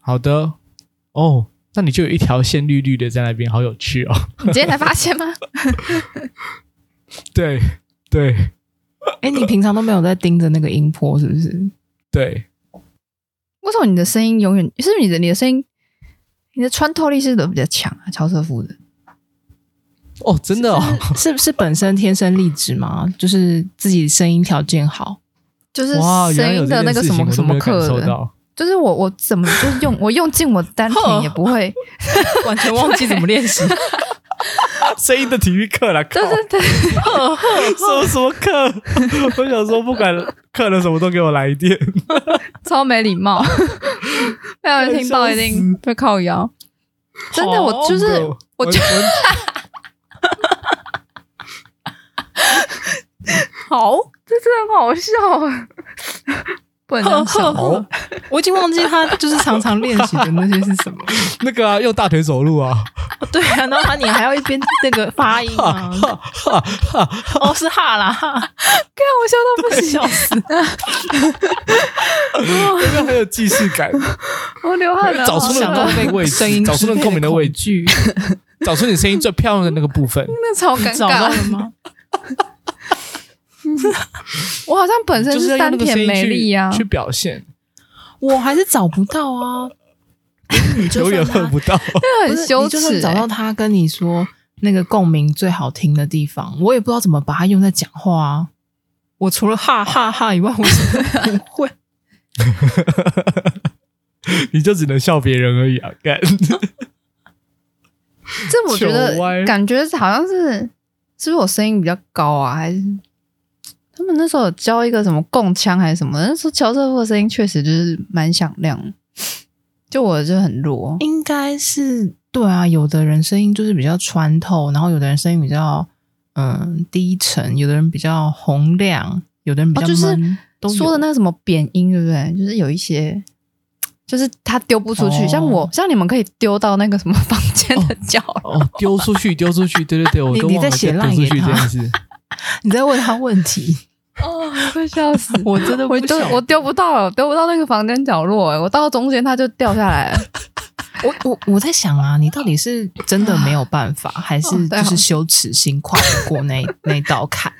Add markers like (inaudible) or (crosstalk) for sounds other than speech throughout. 好的，哦，那你就有一条线绿绿的在那边，好有趣哦。你今天才发现吗？ (laughs) 对对哎、你平常都没有在盯着那个音波，是不是？ (laughs) 对， (laughs) 为什么你的声音永远是不是你的你的声音，你的穿透力是不是比较强啊？乔瑟夫的哦，真的哦，是不是本身天生丽质吗？就是自己声音条件好，就是哇，原来声有音这的那件个事什情么我什都没么有感课受的，到。就是我我怎么就是用我用尽我丹田也不 (laughs) 会，完全忘记怎么练习。 (laughs) 声音的体育课啦，靠对，对对，什么什么课？ (laughs) 我想说，不管客人什么都给我来一点。 (laughs) 超没 (laughs) 礼貌，被人听到一定被靠腰。真的，我 (laughs) 就是哦我就好，这真的很好 (laughs) 笑啊，不能这样 (laughs) 笑。哦，我已经忘记他就是常常练习的那些是什么。那个啊，用大腿走路 (laughs) 啊， (laughs) 对啊，然后他你还要一边那个发音啊，哦是哈啦 (laughs) 哈，看我笑到不行，笑死！那个很有既视感，我流汗 (laughs) 了。找出那想个到共鸣位声置，音找出那个共鸣的位置， (laughs) 置，找出你声音最漂亮的那个部分。那超 (laughs) 尴找尬到了。吗？我好像本身就是要用丹那个声田音美丽啊去，去表现，我还是找不到啊。你就永远算他喝不 (laughs) 到。那不很是羞你就耻算找到欸。 (laughs) 他跟你说那个共鸣最好听的地方，我也不知道怎么把它用在讲话啊。我除了哈哈哈以外，我什么都不会。 (laughs) 你就只能笑别人而已啊！干，这我 (laughs) 觉糗歪得感觉好像是，是不是我声音比较高啊？还是他们那时候有教一个什么共腔还是什么？那时候乔瑟夫的声音确实就是蛮响亮， (laughs) 就我就很弱。应该是对啊，有的人声音就是比较穿透，然后有的人声音比较嗯低沉，有的人比较洪亮，有的人比较哦就是闷。都有说的那个什么扁音，对不对？就是有一些，就是他丢不出去。哦像我，像你们可以丢到那个什么房间的角 (laughs) 落。哦，丢出去，丢出去，对对对，我你都你忘了在写丢烂出给去这他件事。你在问他问题，哦，快笑死！我真的 (laughs) 我不丢晓我得丢不到了，丢不到那个房间角落、欸，我到中间它就掉下来了。 (laughs) 我我我在想啊，你到底是真的没有办法，还哦是对就啊是羞耻心跨不过那那道坎？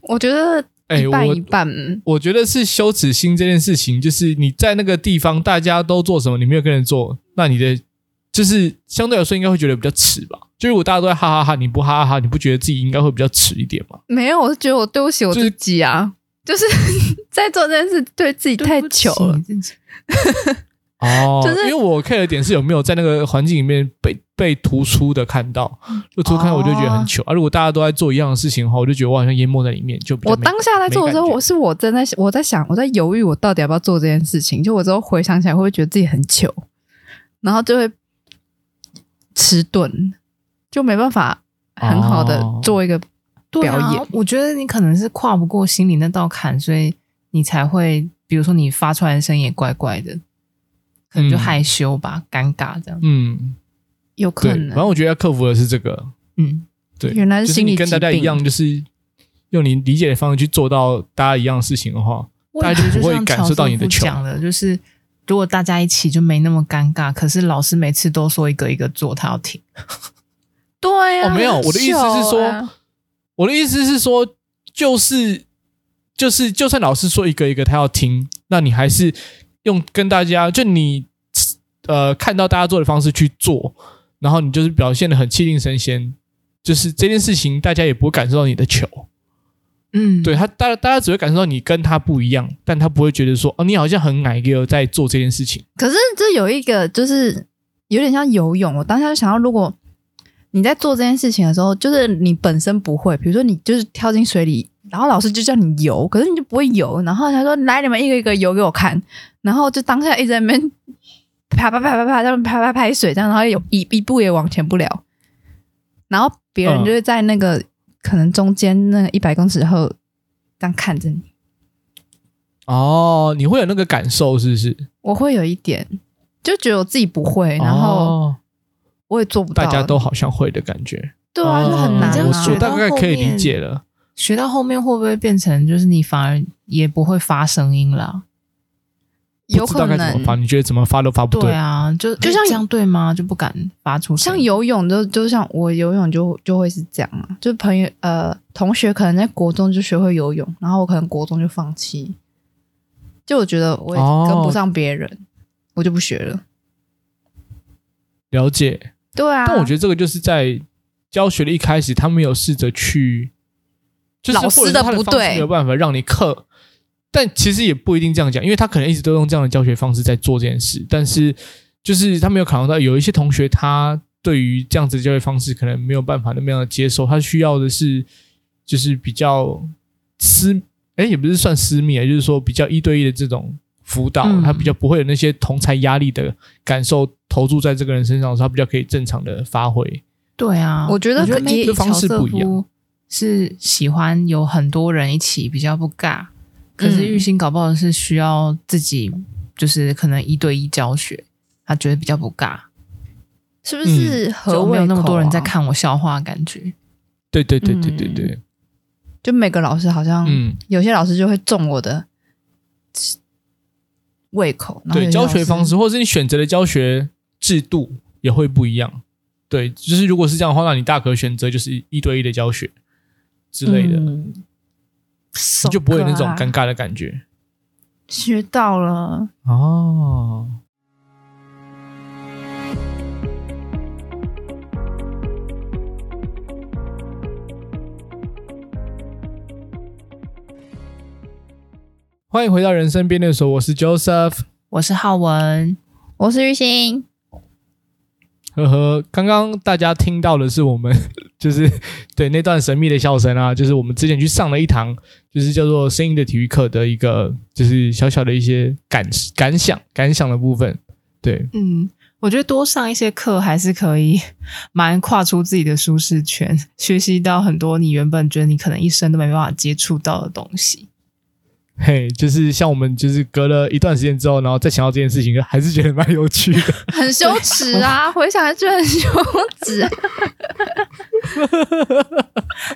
我觉得哎一半我一半，我觉得是羞耻心这件事情，就是你在那个地方大家都做什么，你没有跟人做，那你的就是相对来说应该会觉得比较耻吧。就如果大家都在哈哈哈，你不哈哈哈，你不觉得自己应该会比较耻一点吗？没有，我是觉得我对不起我自己啊，就是 (laughs) 在做这件事对自己太糗了。对不起，哦，就是因为我 care 的点是有没有在那个环境里面被被突出的看到，嗯就突出看到我就觉得很哦糗、啊。如果大家都在做一样的事情的话，我就觉得我好像淹没在里面，就比较我没当下在做的时候，没感觉我是我真的我在想，我在犹豫我到底要不要做这件事情。就我之后回想起来，会不会觉得自己很糗，然后就会迟钝，就没办法很好的哦做一个对表演啊，我觉得你可能是跨不过心里那道坎，所以你才会，比如说你发出来的声音也怪怪的，可能就嗯害羞吧，尴尬这样。嗯，有可对，能反。正我觉得要克服的是这个，嗯，对，原来就是是心理你跟疾大家一病样，就是用你理解的方式去做到大家一样的事情的话，大我家觉就得不就会像感乔受师到你的傅糗讲的，就是如果大家一起就没那么尴尬，可是老师每次都说一个一个做，他要听。对啊哦，没有，很我的意思是糗说，啊我的意思是说，就是就是，就算老师说一个一个，他要听，那你还是用跟大家就你呃看到大家做的方式去做，然后你就是表现的很气定神闲，就是这件事情大家也不会感受到你的糗，嗯，对他，大家大家只会感受到你跟他不一样，但他不会觉得说哦，你好像很矮个在做这件事情。可是这有一个就是有点像游泳，我当下就想到，如果你在做这件事情的时候，就是你本身不会，比如说你就是跳进水里，然后老师就叫你游，可是你就不会游，然后他说来你们一个一个游给我看，然后就当下一直在那边啪啪啪啪啪，这样啪啪拍水这样，然后有一一步也往前不了，然后别人嗯就会在那个、可能中间那一百公尺后这样看着你，哦，你会有那个感受是不是？我会有一点就觉得我自己不会，然后哦、我也做不到，大家都好像会的感觉，对啊，就很难、这哦样我学我说到大概可以理解了。学到后面会不会变成就是你反而也不会发声音了？有不知道可该怎么发，能你觉得怎么发都发不对啊，就就诶像这样对吗？就不敢发出声像游泳就就像我游泳就就会是这样啊，就朋友呃同学可能在国中就学会游泳，然后我可能国中就放弃，就我觉得我也哦跟不上别人，我就不学了。了解。对啊，但我觉得这个就是在教学的一开始，他没有试着去，就是老师或者是的他不方式对没有办法让你克。但其实也不一定这样讲，因为他可能一直都用这样的教学方式在做这件事，但是就是他没有考量到有一些同学他对于这样子的教学方式可能没有办法那么样的接受，他需要的是就是比较私，哎，也不是算私密啊，就是说比较一对一的这种辅导，嗯他比较不会有那些同才压力的感受投注在这个人身上的时候，他比较可以正常的发挥。对啊，我觉得可以也这方式不一样，是喜欢有很多人一起比较不尬，可是玉兴搞不好是需要自己，就是可能一对一教学，他觉得比较不尬，是不嗯是合就胃口、啊没有那么多人在，看我笑话，感觉对对对对嗯对对，就每个老师好像、嗯，有些老师就会中我的胃口，然后对，哦有些教老师学方式或者是你选择的教学制度也会不一样。对，就是如果是这样的话，那你大可选择就是一对一的教学之类的，嗯啊你就不会有那种 So 尴 good 尬的感觉。学到了。哦，欢迎回到人生便利所，我是 Joseph。我是浩文，我是玉兴，呵呵，刚刚大家听到的是我们 (laughs) 就是对那段神秘的笑声啊，就是我们之前去上了一堂，就是叫做声音的体育课的一个，就是小小的一些感感想感想的部分。对，嗯。我觉得多上一些课还是可以，蛮跨出自己的舒适圈，学习到很多你原本觉得你可能一生都没办法接触到的东西。嘿，就是像我们就是隔了一段时间之后，然后再想到这件事情，还是觉得蛮有趣的。很羞耻 (laughs) 啊！回想还觉得很羞耻、啊，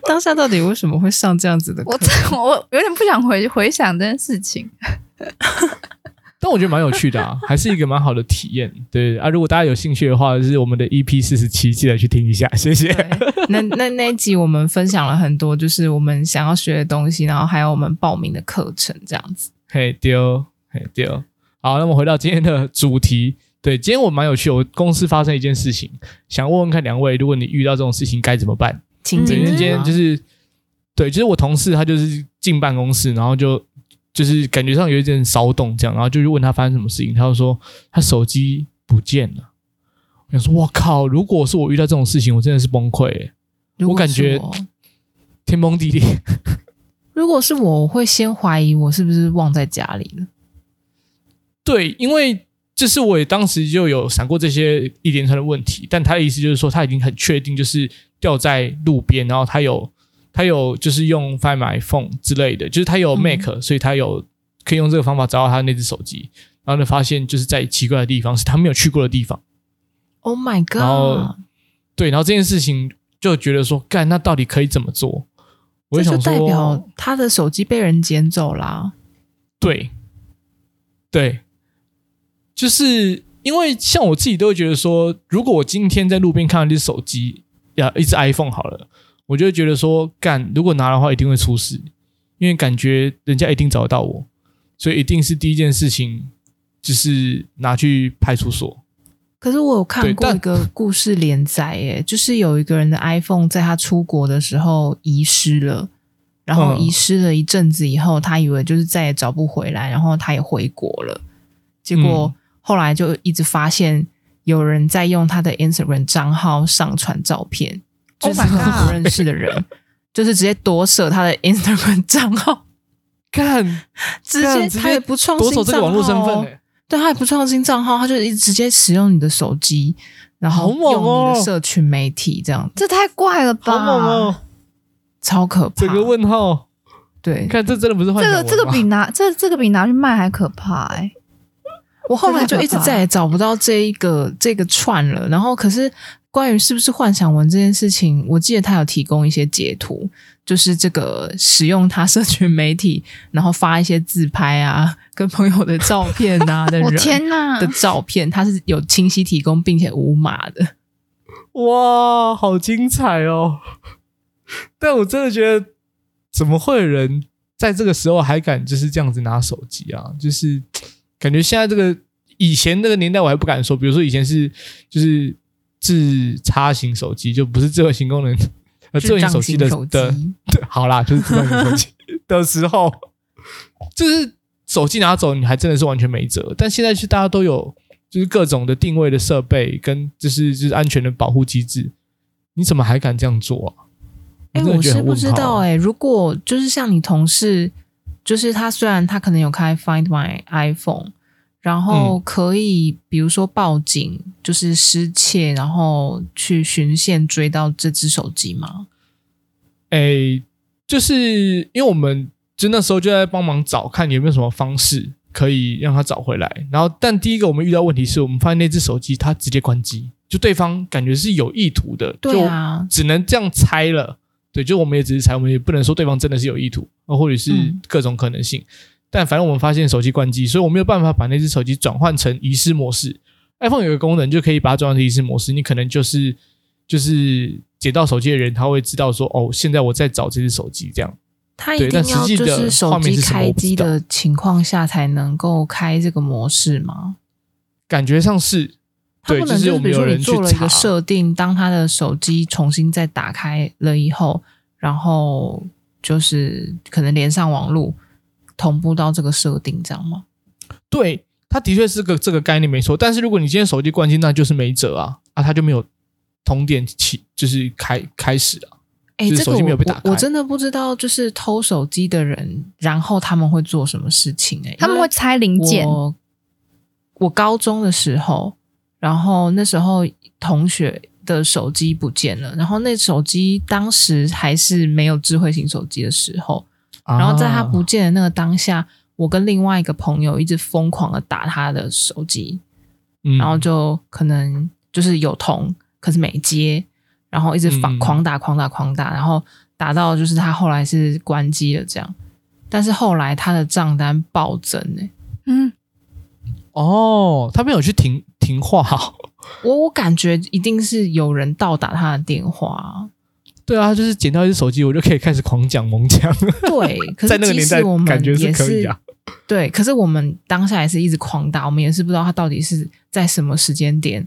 当下到底为什么会上这样子的 (laughs) 课我？真我有点不想回回想这件事情。 (laughs) 但我觉得蛮有趣的啊，还是一个蛮好的体验。对啊，如果大家有兴趣的话，就是我们的 EP 四十七，记得去听一下，谢谢。对，那那那一集我们分享了很多，就是我们想要学的东西，然后还有我们报名的课程这样子。嘿丢，嘿丢。好，那么回到今天的主题，对，今天我蛮有趣，我公司发生一件事情，想问问看两位，如果你遇到这种事情该怎么办？情对，景因为剧今天吗就是，对，就是我同事他就是进办公室，然后就就是感觉上有一点骚动这样，然后就去问他发生什么事情，他就说他手机不见了。我想说，我靠！如果是我遇到这种事情，我真的是崩溃、欸，如果我感觉是我天崩地裂。如果是我，我会先怀疑我是不是忘在家里了。对，因为就是我也当时就有想过这些一连串的问题，但他的意思就是说他已经很确定，就是掉在路边，然后他有他有就是用 Find My Phone 之类的，就是他有嗯 Mac，、所以他有可以用这个方法找到他那只手机，然后呢发现就是在奇怪的地方，是他没有去过的地方。 Oh my 然后 god！对，然后这件事情就觉得说，干那到底可以怎么做？我这就就想代说表，他的手机被人捡走啦、对，对，就是因为像我自己都会觉得说，如果我今天在路边看到一只手机，呀，一只 iPhone 好了，我就会觉得说，干，如果拿的话一定会出事，因为感觉人家一定找得到我，所以一定是第一件事情就是拿去派出所。可是我有看对过但一个故事连载，耶，就是有一个人的 iPhone 在他出国的时候遗失了，然后嗯遗失了一阵子以后，他以为就是再也找不回来，然后他也回国了，结嗯果后来就一直发现有人在用他的 Instagram 账号上传照片，就 Oh 是 my 不 god 认识的人，就是直接夺舍他的 Instagram 账号，干，直干接直接他也不创夺新走这个网络身账号份、哦欸，对他也不创新账号，他就一直直接使用你的手机，然后好猛哦用你的社群媒体，这样这太怪了吧！好猛哦！超可怕。整个问号，对你，看这真的不是幻这想个这文吗个比拿这这个比拿去卖还可怕哎、我后来就一直再也找不到这一个这个串了。然后可是关于是不是幻想文这件事情，我记得他有提供一些截图，就是这个使用他社群媒体，然后发一些自拍啊、跟朋友的照片啊 (laughs) 的我人天哪的！照片，他是有清晰提供并且无码的。哇，好精彩哦！ (laughs) 但我真的觉得，怎么会有人在这个时候还敢就是这样子拿手机啊？就是感觉现在这个以前那个年代，我还不敢说，比如说以前是就是自插型手机，就不是智慧型功能，呃，智慧型手机的智障型手的机好啦，就是智障型手机 (laughs) 的时候，就是手机拿走，你还真的是完全没辙。但现在是大家都有，就是各种的定位的设备跟就是就是安全的保护机制，你怎么还敢这样做啊？哎、真的我觉得是很不问知号啊道哎、如果就是像你同事，就是他虽然他可能有开 Find My iPhone，然后嗯可以比如说报警，就是失窃，然后去循线追到这只手机吗？哎诶、哎就是因为我们就那时候就在帮忙找，看有没有什么方式可以让他找回来。然后，但第一个我们遇到问题是我们发现那只手机它直接关机，就对方感觉是有意图的，对啊就只能这样猜了。对，就我们也只是猜，我们也不能说对方真的是有意图，呃或者是嗯各种可能性。但反正我们发现手机关机，所以我没有办法把那只手机转换成遗失模式。iPhone 有个功能就可以把它转换成遗失模式，你可能就是就是捡到手机的人，他会知道说哦，现在我在找这只手机这样。他一对定但要实际就的是手画面机是什么开我不知机道的情况下才能够开这个模式吗？感觉上是，他对，不就能是就我是比们如有说你人去做了一查个，设定，当他的手机重新再打开了以后，然后就是可能连上网络，同步到这个设定，这样吗？对，它的确是个这个概念没错。但是如果你今天手机关机，那就是没辙啊，啊，它就没有同点起，就是开开始啊。哎，就是这个手机我没有被打我，我开真的不知道，就是偷手机的人，然后他们会做什么事情、哎，他们会因拆零为件，我我高中的时候，然后那时候同学的手机不见了，然后那手机当时还是没有智慧型手机的时候。然后在啊哦他不见的那个当下，我跟另外一个朋友一直疯狂的打他的手机，嗯，然后就可能就是有通，可是没接，然后一直嗯狂嗯狂打狂打狂打，然后打到就是他后来是关机了这样。但是后来他的账单暴增欸诶、嗯，哦，他没有去停停话、我我感觉一定是有人倒打他的电话， (laughs) 对啊，他就是捡到一只手机，我就可以开始狂讲猛讲。 (laughs) 对。可在是那个即年使代我，们感觉也可以啊。对，可是我们当下也是一直狂打，我们也是不知道他到底是在什么时间点，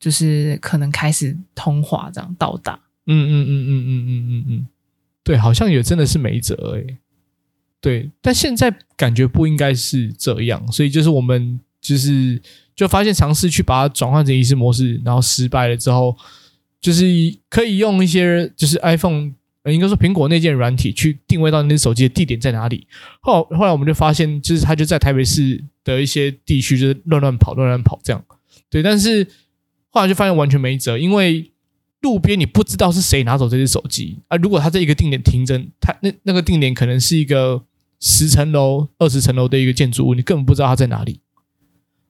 就是可能开始通话这样到达。嗯嗯嗯嗯嗯嗯嗯嗯，对，好像也真的是没辙哎、对，但现在感觉不应该是这样，所以就是我们就是就发现尝试去把它转换成仪式模式，然后失败了之后，就是可以用一些就是 iPhone，呃应该说苹果那件软体去定位到那手机的地点在哪里。后后来我们就发现，就是它就在台北市的一些地区，就是乱乱跑、乱乱跑这样。对，但是后来就发现完全没辙，因为路边你不知道是谁拿走这只手机啊。如果他在一个定点停着，他那那个定点可能是一个十层楼、二十层楼的一个建筑物，你根本不知道它在哪里，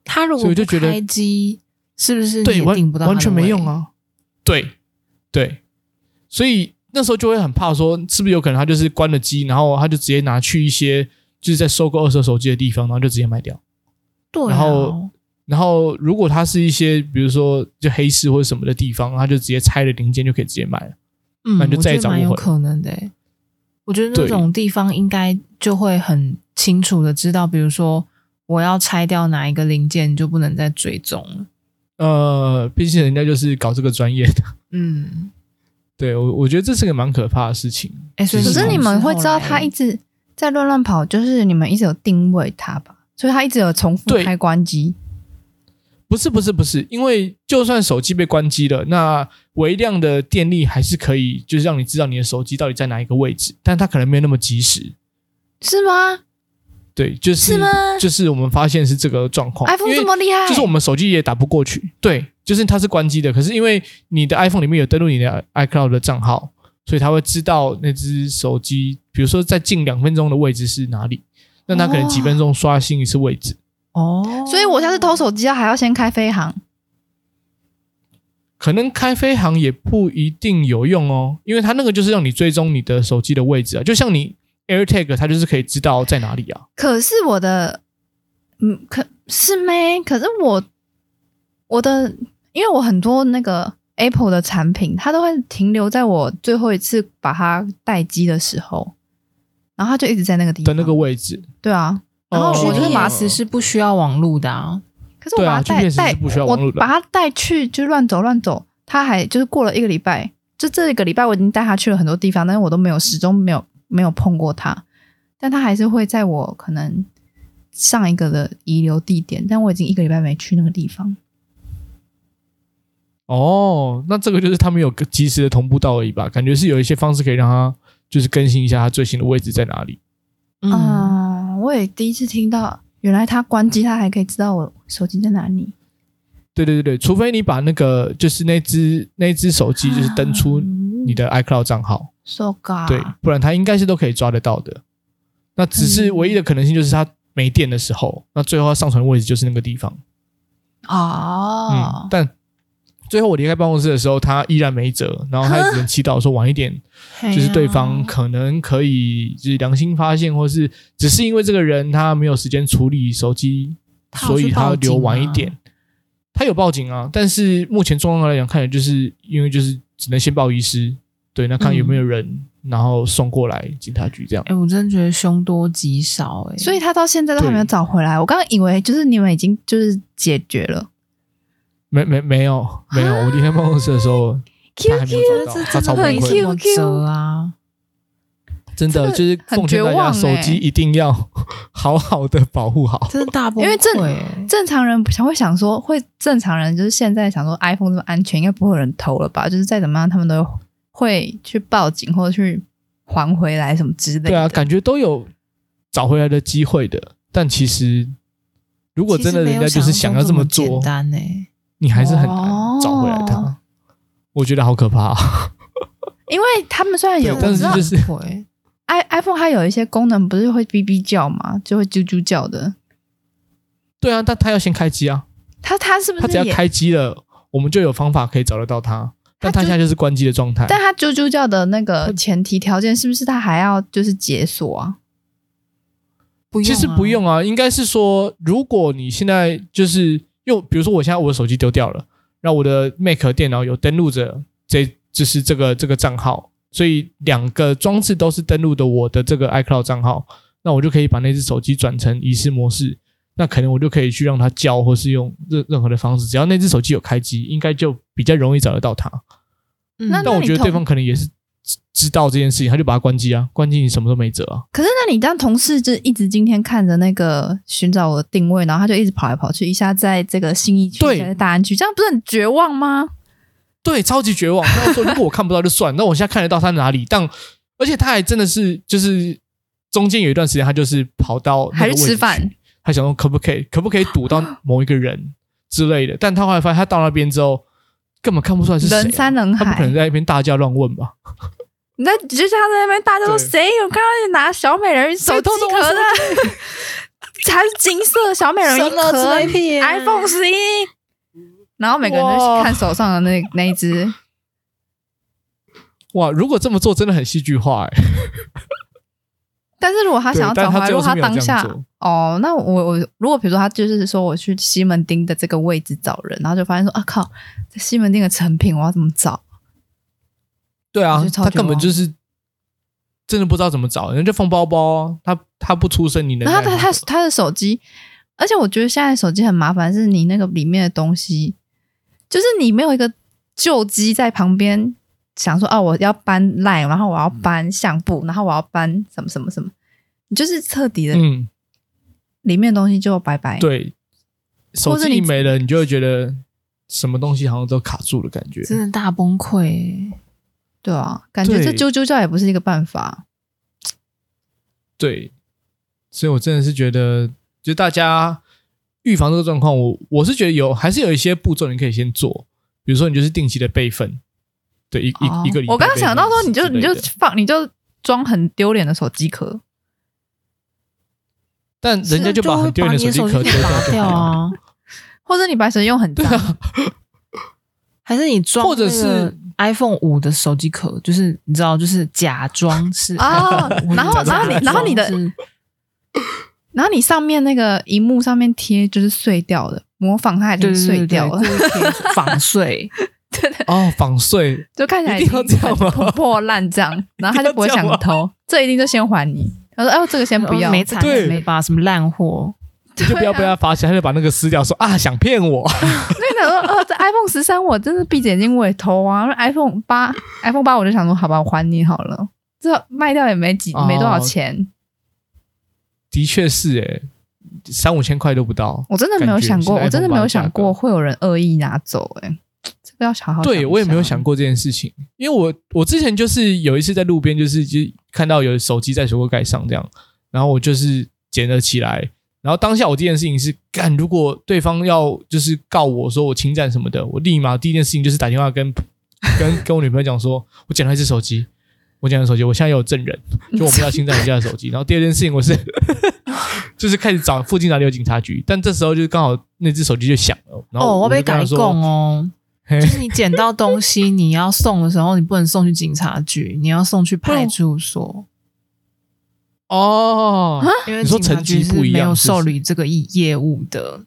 他如所以果我就不觉得开机，是不是你对，也完定不到完他的全没位用？啊。对对，所以那时候就会很怕说，是不是有可能他就是关了机，然后他就直接拿去一些就是在收购二手手机的地方，然后就直接卖掉。对、啊，然后然后，如果它是一些比如说就黑市或者什么的地方，它就直接拆了零件就可以直接卖了。嗯，那你就我再也觉得找不蛮有回来可能的欸。我觉得那对种地方应该就会很清楚的知道，比如说我要拆掉哪一个零件，就不能再追踪了。呃，毕竟人家就是搞这个专业的， (laughs) 嗯，对我我觉得这是个蛮可怕的事情。哎、所以可可是是你同们同事会后知道来他一直在乱乱跑，就是你们一直有定位他吧，所以他一直有重复对开关机。不是不是不是，因为就算手机被关机了，那微量的电力还是可以，就是让你知道你的手机到底在哪一个位置，但它可能没有那么及时。是吗对，就是是吗就是我们发现是这个状况因？iPhone 为这么厉害，就是我们手机也打不过去。对，就是它是关机的，可是因为你的 iPhone 里面有登录你的 iCloud 的账号，所以它会知道那只手机，比如说在近两分钟的位置是哪里，那它可能几分钟刷新一次位置。哦，所以我下次偷手机啊还要先开飞行。可能开飞行也不一定有用哦，因为它那个就是让你追踪你的手机的位置啊，就像你 AirTag，它就是可以知道在哪里啊。可是我的，嗯，可是咩？可是我我的，因为我很多那个 Apple 的产品，它都会停留在我最后一次把它待机的时候，然后它就一直在那个地的方。那个位置，对啊，然后哦我就是把它 GPS 是不需要网路的啊，可是我把它带对啊 GPS 带、是不需要网我络的把它带去就乱走乱走，它还就是过了一个礼拜，就这个礼拜我已经带它去了很多地方，但是我都没有始终没有没有碰过它，但它还是会在我可能上一个的遗留地点，但我已经一个礼拜没去那个地方。哦，那这个就是他们有个及时的同步到而已吧？感觉是有一些方式可以让它就是更新一下它最新的位置在哪里。嗯，啊、我也第一次听到，原来它关机它还可以知道我手机在哪里。对对对对，除非你把那个就是那只那只手机就是登出你的 iCloud 账号，嗯 so ga 对，不然它应该是都可以抓得到的。那只是唯一的可能性就是它没电的时候，那最后它上传的位置就是那个地方。哦啊嗯，，但最后我离开办公室的时候，它依然没辙，然后它也只能祈祷说晚一点哎就是对方可能可以就是良心发现，或是只是因为这个人他没有时间处理手机，他有所去以他报警留晚一吗点。他有报警啊，但是目前状况来讲，看起来就是因为就是只能先报遗失，对，那看有没有人，然后送过来警察局这样。哎、我真的觉得凶多吉少哎、所以他到现在都还没有对找回来。我刚刚以为就是你们已经就是解决了。没没没有没有，我离开办公室的时候，他还没有找到，啊他超崩很 cute 溃，很折啊，真的就是很奉劝大绝家，望手欸机一定要好好的保护好。真的大崩溃、因为正欸正常人想会想说，会正常人就是现在想说 iPhone 这么安全，应该不会有人偷了吧？就是再怎么样，他们都会去报警或者去还回来什么之类的。对啊，感觉都有找回来的机会的。但其实，如果真的人家就是想要这么其实没做有想象中这么简，单哎、你还是很难找回来它。哦我觉得好可怕、啊。因为他们虽然有对，但我是知道就是 i iPhone 它有一些功能不是会哔哔叫嘛，就会啾啾叫的。对啊，但他要先开机啊，它它是不他只是要也？开机了，我们就有方法可以找得到他。但他它就现在就是关机的状态。但它啾啾叫的那个前提条件是不是它还要就是解锁啊？不用、 (laughs) 其实不，用啊，应该是说，如果你现在就是用，比如说我现在我的手机丢掉了，然后我的 Mac 电脑有登录着这就是这个这个账号，所以两个装置都是登录的我的这个 iCloud 账号，那我就可以把那只手机转成遗失模式，那可能我就可以去让它叫，或是用任任何的方式，只要那只手机有开机，应该就比较容易找得到它。嗯那但我觉得你同对方可能也是知知道这件事情，他就把它关机啊，关机你什么都没辙啊。可是，那你当同事就一直今天看着那个寻找我的定位，然后他就一直跑来跑去，一下在这个新义区，对一下在大安区，这样不是很绝望吗？对，超级绝望。那时 (laughs) 候如果我看不到就算，那我现在看得到他哪里，但而且他还真的是就是中间有一段时间，他就是跑到那个还是位置吃去饭，他想说可不可以可不可以堵到某一个人之类的，但他后来发现他到那边之后根本看不出来是谁啊、人山人他不可海能？在那边大叫乱问吧？你在就像他在那边大家说对谁有看到你拿小美人鱼手机壳的？ (laughs) 还是金色小美人鱼壳，iPhone 十一，然后每个人哇就看手上的那那一只，哇，如果这么做真的很戏剧化、欸，但是如果他想要对找回来，但他最如后果是他没有当这下样哦，那我我如果比如说他就是说我去西门町的这个位置找人，然后就发现说啊靠，这西门町的成品我要怎么找？对我啊觉得，超他绝望根本就是真的不知道怎么找，人家放包包啊，他他不出声，你能然后奈他何他他的手机，而且我觉得现在手机很麻烦，是你那个里面的东西，就是你没有一个旧机在旁边，想说啊我要搬 line，然后我要嗯搬相簿，然后我要搬什么什么什么，你就是彻底的、嗯，里面的东西就拜拜。对，手哎或者机你一没了，你就会觉得什么东西好像都卡住了感觉。真的大崩溃欸、对啊，感觉这对啾啾叫也不是一个办法。对，所以我真的是觉得，就大家预防这个状况，我我是觉得有还是有一些步骤你可以先做，比如说你就是定期的备份，对一一、哦一个礼拜备份一次之类的。我刚刚想到说，你就你就放，你就装很丢脸的手机壳，但人家就把很丢脸的手机壳丢就会把你的手掉就机壳拔掉好了。啊！或者你把手机用很脏，还是你装或者那个是 iPhone 五的手机壳，就是你知道，就是假装是啊 (laughs) 哦 iPhone 五然后然后你假装然后你的是然后你上面那个荧幕上面贴就是碎掉的，模仿它已对经对碎对对掉了，故意贴仿 (laughs) 碎，哦，仿 (laughs) 碎，就看起来一定要已经这样吗很破破烂这样，然后他一定要就不会想这样吗 (laughs) 偷，这一定就先还你。他说：“哎呦，这个先不要，没产对没把什么烂货，啊你就不要被他发现，他就把那个撕掉，说啊想骗我，所以想说，呃，这 iPhone 十三我真是闭着眼睛我也偷啊。那 iPhone 八，iPhone 八我就想说，好吧，我还你好了，这卖掉也没几哦没多少钱，的确是诶，三五千块都不到。我真的没有想过，感觉我真的没有想是 iPhone 八的过会有人恶意拿走、欸，哎，这个要好好。对我也没有想，哦过这件事情，因为我我之前就是有一次在路边，就是就看到有手机在水果盖上这样，然后我就是捡了起来，然后当下我第一件事情是干，如果对方要就是告我说我侵占什么的，我立马第一件事情就是打电话跟跟跟我女朋友讲说，我捡到一只手机。我捡到手机，我现在有证人，就我们要侵占人家的手机。然后第二件事情，我是 (laughs) 就是开始找附近哪里有警察局，但这时候就是刚好那只手机就响了，然哦，后我被就跟改他说供哦。嘿就是你捡到东西，你要送的时候，你不能送去警察局，你要送去派出所， (laughs) 哦，因为你说警察层局级是不一没样有是不受是理这个业业务的。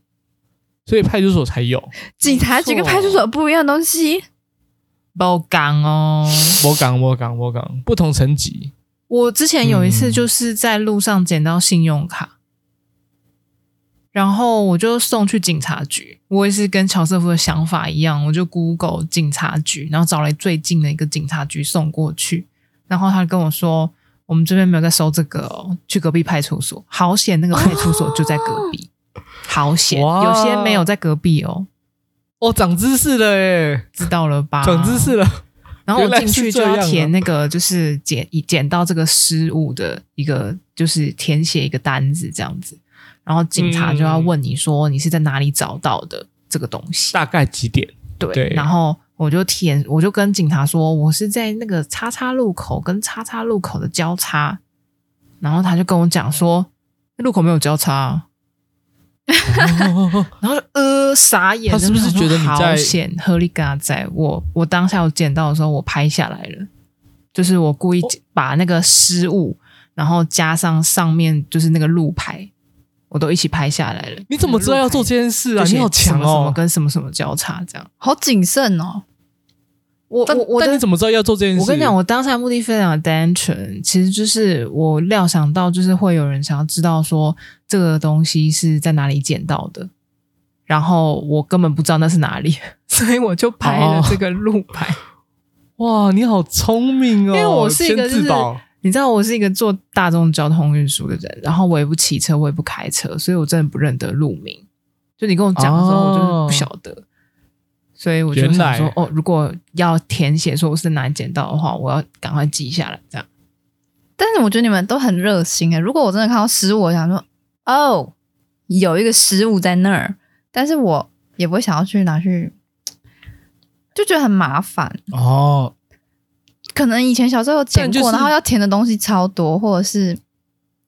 所以派出所才有。 (laughs) (laughs) 警察局跟派出所不一样的东西，包港哦，我港我港我港，不同层级我之前有一次嗯就是在路上捡到信用卡，然后我就送去警察局。我也是跟乔瑟夫的想法一样，我就 Google 警察局，然后找了最近的一个警察局送过去。然后他跟我说，我们这边没有在收这个、哦，去隔壁派出所。好险，那个派出所就在 (laughs) 隔壁，好险，哇有些没有在隔壁哦，哦，长知识了耶，知道了吧？长知识了。然后我进去就原要来是这样啊填那个，就是捡捡到这个失误的一个，就是填写一个单子这样子。然后警察就要问你说你是在哪里找到的这个东西，嗯大概几点？对。对然后我就填，我就跟警察说我是在那个叉叉路口跟叉叉路口的交叉，然后他就跟我讲说路口没有交叉啊，哦然后就呃傻眼，他是不是觉得你在好险？合力嘎在我我当下我捡到的时候，我拍下来了，就是我故意哦把那个失误，然后加上上面就是那个路牌，我都一起拍下来了。 (laughs) 你怎么知道要做这件件事啊？你好强什么哦！跟什么什么交叉这样？好谨慎哦。我但我我但你的。怎么知道要做这件事？我跟你讲，我当下的目的非常的单纯，其实就是我料想到，就是会有人想要知道说这个东西是在哪里捡到的，然后我根本不知道那是哪里， (laughs) 所以我就拍了这个路牌。哇，你好聪明哦！因为我是一个先自保你知道我是一个做大众交通运输的人，然后我也不骑车，我也不开车，所以我真的不认得路名。就你跟我讲的时候，哦我就是不晓得，所以我就原想来说，哦，如果要填写说我是在哪里捡到的话，我要赶快记下来，这样。但是我觉得你们都很热心哎、如果我真的看到失误，我想说，哦，有一个失误在那儿，但是我也不会想要去拿去，就觉得很麻烦。哦。可能以前小时候有捡但过，就是然后要填的东西超多，或者是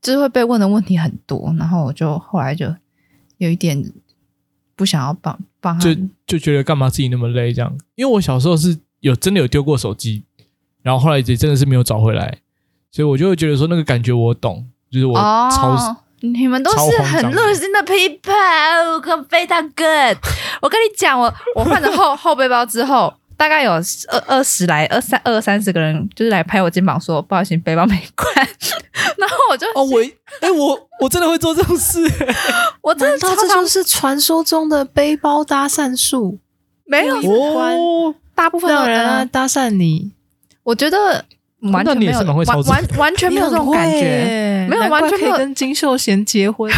就是会被问的问题很多，然后我就后来就有一点不想要帮帮他就就觉得干嘛自己那么累这样？因为我小时候是有真的有丢过手机，然后后来也真的是没有找回来，所以我就会觉得说那个感觉我懂，就是我超、哦。你们都是很热心的批判，我可非常 good。我跟你讲，我我换了后 (laughs) 后背包之后，大概有二二十来二三二三十个人，就是来拍我肩膀说不好意思，背包没关。 (laughs) 然后我就、哦，我哎、我我真的会做这种事、 (laughs) 我真的超常是传说中的背包搭讪术，没有，哦，大部分呃让的人人啊搭讪你，我觉得完那全你没也有是蛮会操完作完 (laughs) 完全没有这种感觉，觉没有完全没有跟金秀贤结 (laughs) 婚，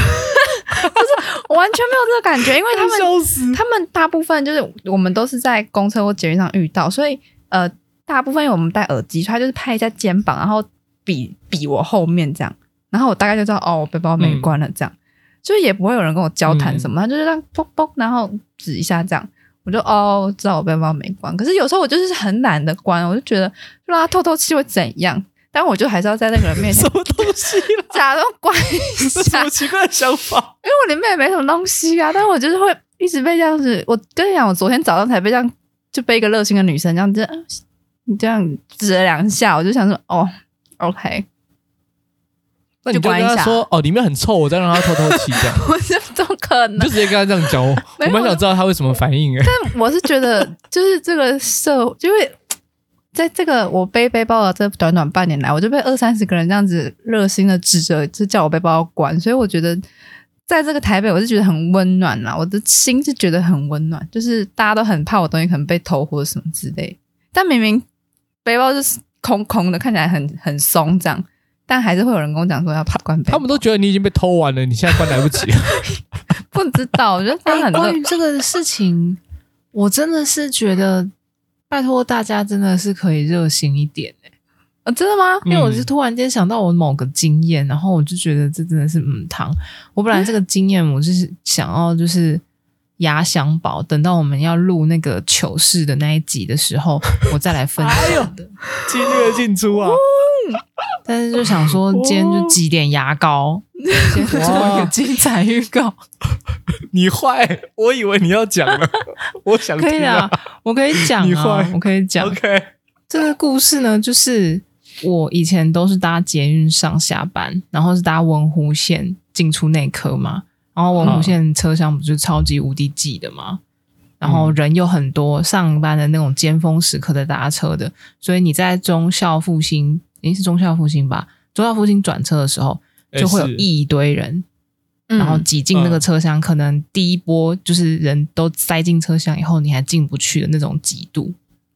我完全没有这个感觉，因为他们笑死！他们大部分就是我们都是在公车或捷运上遇到，所以呃，大部分因为我们戴耳机，所以他就是拍一下肩膀，然后比比我后面这样，然后我大概就知道哦，我背包没关了这样，就也不会有人跟我交谈什嗯么，他就是这样嘣嘣，然后指一下这样。我就哦，知道我背包没关，可是有时候我就是很懒得关，我就觉得就让他透透气会怎样，但我就还是要在那个人面前什么东西啦？假装关一这什下 (laughs) 么，奇怪的想法？因为我里面也没什么东西啊，但是我就是会一直被这样子。我跟你讲，我昨天早上才被这样就被一个热心的女生这样子，啊你这样指了两下，我就想说，哦，OK， (laughs) 那你就就关跟一他下说哦，里面很臭，我再让他透透气，这样 (laughs) 我这怎么可你能就？直接跟他这样讲。我没我有蛮想知道他会什么反应哎。我是觉得，就是这个社，因为在这个我背背包的这短短半年来，我就被二三十个人这样子热心的指着，就叫我背包要关，所以我觉得在这个台北，我是觉得很温暖啦，我的心是觉得很温暖，就是大家都很怕我东西可能被偷或者什么之类，但明明背包就是空空的，看起来很很松这样。但还是会有人跟我讲说要关背包，他们都觉得你已经被偷完了，你现在关来不及了。 (laughs) 不知道，我觉得他们哎很关热于这个事情，我真的是觉得，拜托大家真的是可以热心一点、欸、啊，真的吗？因为我嗯是突然间想到我某个经验，然后我就觉得这真的是嗯糖。我本来这个经验我就是想要就是压箱宝，等到我们要录那个糗事的那一集的时候，我再来分享的。侵略进出啊！但是就想说今天哦就挤点牙膏，先做一个精彩预告。 (laughs) 你坏，我以为你要讲了，我想 (laughs) 可以听啊啊。，我可以讲你啊坏，我可以讲。 OK，这个故事呢，就是我以前都是搭捷运上下班，然后是搭文湖线进出内科嘛，然后文湖线车厢不是超级无敌挤的嘛，然后人又很多，上班的那种尖峰时刻的搭车的，所以你在中校复兴，诶是中校复兴吧？中校复兴转车的时候，就会有哎是一堆人，嗯然后挤进那个车厢，可能第一波就是人都塞进车厢以后，你还进不去的那种挤度。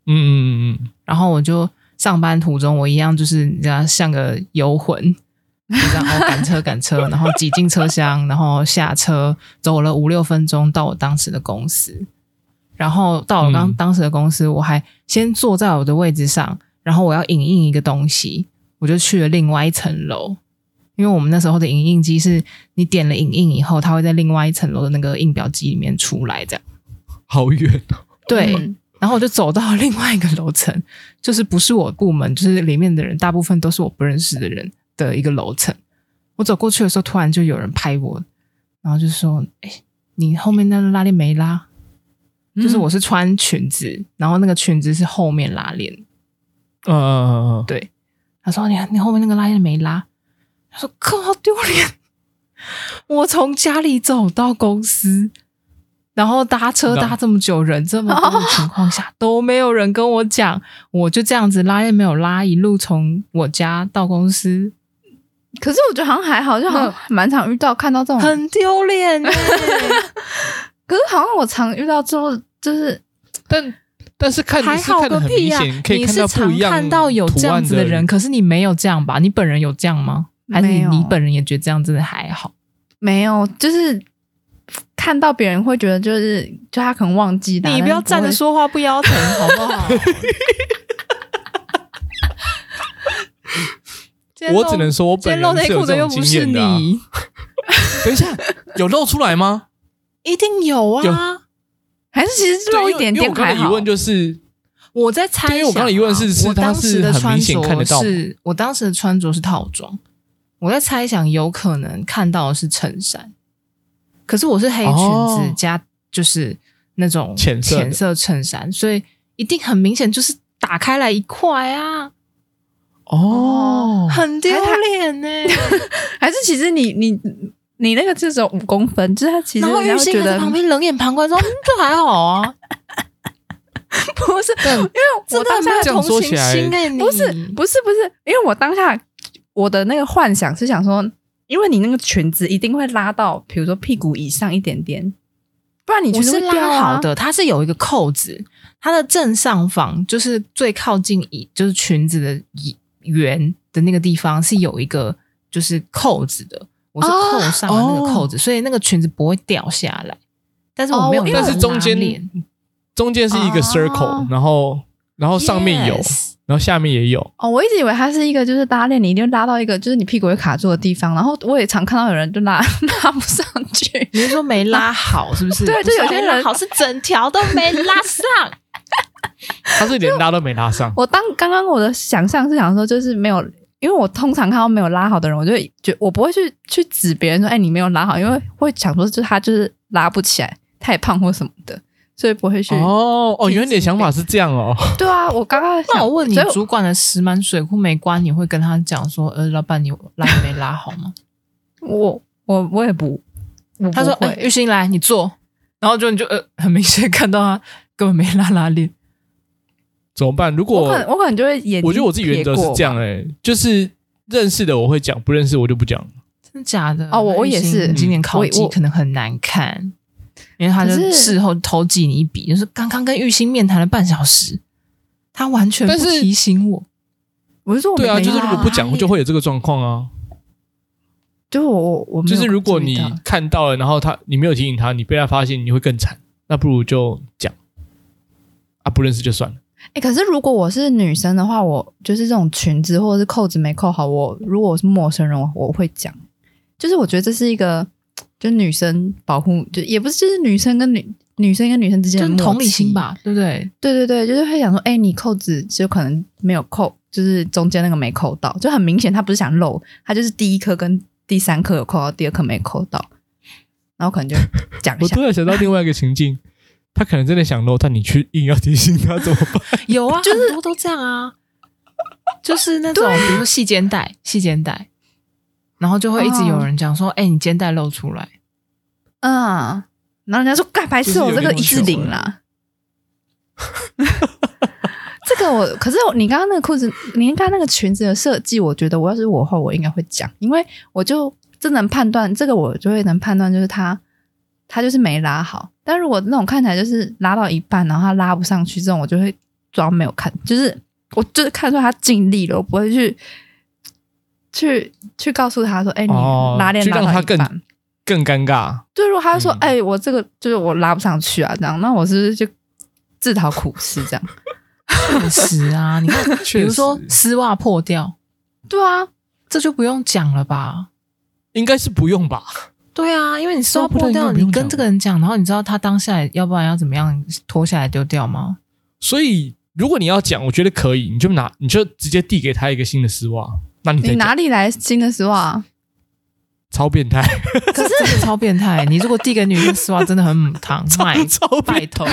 嗯嗯嗯然后我就上班途中，我一样就是你知道像个游魂，就这样哦赶车赶车，然后挤进车厢，然后下车，走了五六分钟到我当时的公司。然后到我刚嗯当时的公司，我还先坐在我的位置上，然后我要影印一个东西，我就去了另外一层楼，因为我们那时候的影印机是你点了影印以后，它会在另外一层楼的那个印表机里面出来，这样嗯，好远哦。对。嗯然后我就走到另外一个楼层，就是不是我部门，就是里面的人大部分都是我不认识的人的一个楼层。我走过去的时候，突然就有人拍我，然后就说：“哎、你后面那个拉链没拉？”就是我是穿裙子，然后那个裙子是后面拉链。嗯嗯嗯对，他说：“你你后面那个拉链没拉？”他说：“靠，好丢脸！ (laughs) 我从家里走到公司，然后搭车那搭这么久，人这么多的情况下、都没有人跟我讲，我就这样子拉链没有拉，一路从我家到公司，可是我觉得好像还好，就好像蛮常遇到看到这哦种，嗯很丢脸欸耶、可是好像我常遇到之后就是嗯，但但是 (laughs) 看还是好看个得很屁明呀、显，可以你看是到不常一样看到有这样子图的案人，可是你没有这样吧？你本人有这样吗？还是没你有你本人也觉得这样真的还好？没有，就是看到别人会觉得就是就他可能忘记啦你不要但站是着会说话不腰疼，好不 (laughs) 好？今天露我只能说，我今本天露人内是有裤这的又种不经是验的啊、你，等一下，有露出来吗？一定有啊！还是其实对露一因为点因为点我刚还刚的好。啊疑问就是，我在对猜想啊，因为我刚刚的疑问是是我当时它是的很穿明显看着得到吗是，我当时的穿着是套装，我在猜想有可能看到的是衬衫，可是我是黑裙哦子加就是那种浅色的浅色衬衫，所以一定很明显就是打开来一块啊，哦，很丢脸呢。 (laughs) 还是其实你你你那个至少五公分，就是他其实然后人玉家会兴觉在得旁边冷 (laughs) 眼旁观说：“嗯，这还好 (laughs) 啊，不是，但 (laughs) 因为真我的当下没有这样同说情起来心哎、你不是不是不是，因为我当下我的那个幻想是想说，因为你那个裙子一定会拉到，比如说屁股以上一点点，不然你裙我子是会掉拉啊好。的，它是有一个扣子，它的正上方就是最靠近以就是裙子的以圆的那个地方是有一个就是扣子的，我是哦扣上了那个扣子，所以那个裙子不会掉下来。但是我没有哦拉链，但是中间中间是一个哦 circle，、然后然后上面有 Yes 然后下面也有，哦，我一直以为它是一个，就是拉链，你一定拉到一个，就是你屁股会卡住的地方。然后我也常看到有人就拉 (laughs) 拉不上去，你是说没拉好是不 (laughs) 是？对不是就有些人没拉好是整条都没拉上，他是连拉都没拉上。 (laughs) 我当刚刚我的想象是想说，就是没有，因为我通常看到没有拉好的人，我就会觉我不会去去指别人说，哎、你没有拉好，因为会想说，就是他就是拉不起来，太胖或什么的。所以不会去。哦哦，原来你的想法是这样哦。 (laughs) 对啊，我刚刚那想我问你所以，主管的石满水库没关，你会跟他讲说，呃，老板你拉没拉好吗？我我我也不，我 (laughs) 他说，不哎、会玉兴来，你坐。然后就你就呃，很明显看到他根本没拉拉链。怎么办？如我果可能我可能就会眼，我觉得我自己原则是这样哎、就是认识的我会讲，不认识我就不讲。真的假的？哦我我也是那你今年考我绩我可能很难看，因为他就可是事后投记你一笔，就是刚刚跟玉兴面谈了半小时，他完全不但是提醒我。我是说我对啊，哦没就是如拉果不讲链就会有这个状况啊。就是我我我没就有是如果注意你到看到了，然后他你没有提醒他，你被他发现，你会更惨。那不如就讲啊，不认识就算了。哎、可是如果我是女生的话，我就是这种裙子或者是扣子没扣好，我如果我是陌生人，我我会讲，就是我觉得这是一个，就是女生保护，就也不是就是女生跟女女生跟女生之间就的是默契同理心。吧，对不对？对对对，就是会想说，哎、你扣子就可能没有扣，就是中间那个没扣到，就很明显他不是想漏，他就是第一颗跟第三颗有扣到，第二颗没扣到，然后可能就讲一 (laughs) 我下突。然想到另外一个情 (laughs) 境，他可能真的想漏，但你去硬要提醒他怎么办？有啊，很多都这样啊，就是那种比如说细肩带、细肩带，然后就会一直有人讲说：“哎、你肩带露出来。嗯，然后人家说：“干白就是痴，有我这个点一四糗零了 (laughs) 啦。”这个我可是我你刚刚那个裤子，你刚刚那个裙子的设计，我觉得我要是我的话，我应该会讲，因为我就真能判断这个，我就会能判断，就是他他就是没拉好。但如果那种看起来就是拉到一半，然后他拉不上去这种，我就会装没有看，就是我就是看出他尽力了，我不会去去去告诉他说：“哎、哦你拉链就拉让到他一半。更更尴尬。对，如果他就说嗯：“哎、我这个就是我拉不上去啊，这样，那我是不是就自讨苦吃 (laughs) 这样？”确实 (laughs) 啊，你看，比确实如说丝袜破掉，对啊，这就不用讲了吧？应该是不用吧？对啊，因为你丝袜丝袜破掉应破掉，该不用你讲跟这个人讲，然后你知道他当下要不然要怎么样脱下来丢掉吗？所以如果你要讲，我觉得可以，你就拿，你就直接递给他一个新的丝袜。那你你再哪讲，里来新的丝袜啊？超变态，可是真的 (laughs) 超变态！你如果递给女生丝袜，真的很母 (laughs) 汤，卖 (laughs) 超拜变，托。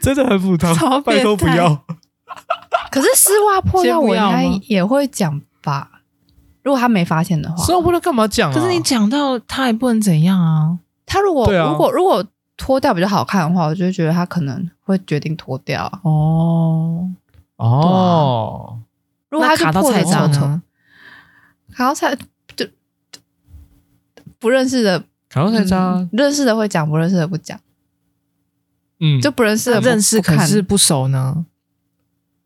真的很普通超，拜托不变 (laughs) 态要。可是丝袜破先掉，不我应要该吗也会讲吧？如果他没发现的话，丝袜不知道干嘛讲啊？可是你讲到他也不能怎样啊，他如果、对啊如果如果脱掉比较好看的话，我就会觉得他可能会决定脱掉啊。哦。哦。如果他就卡到破菜的渣丑丑，呢？卡到菜就不认识的卡洛菜渣，啊嗯认识的会讲，不认识的不讲，嗯，就不认识的不认识不可看是不熟呢。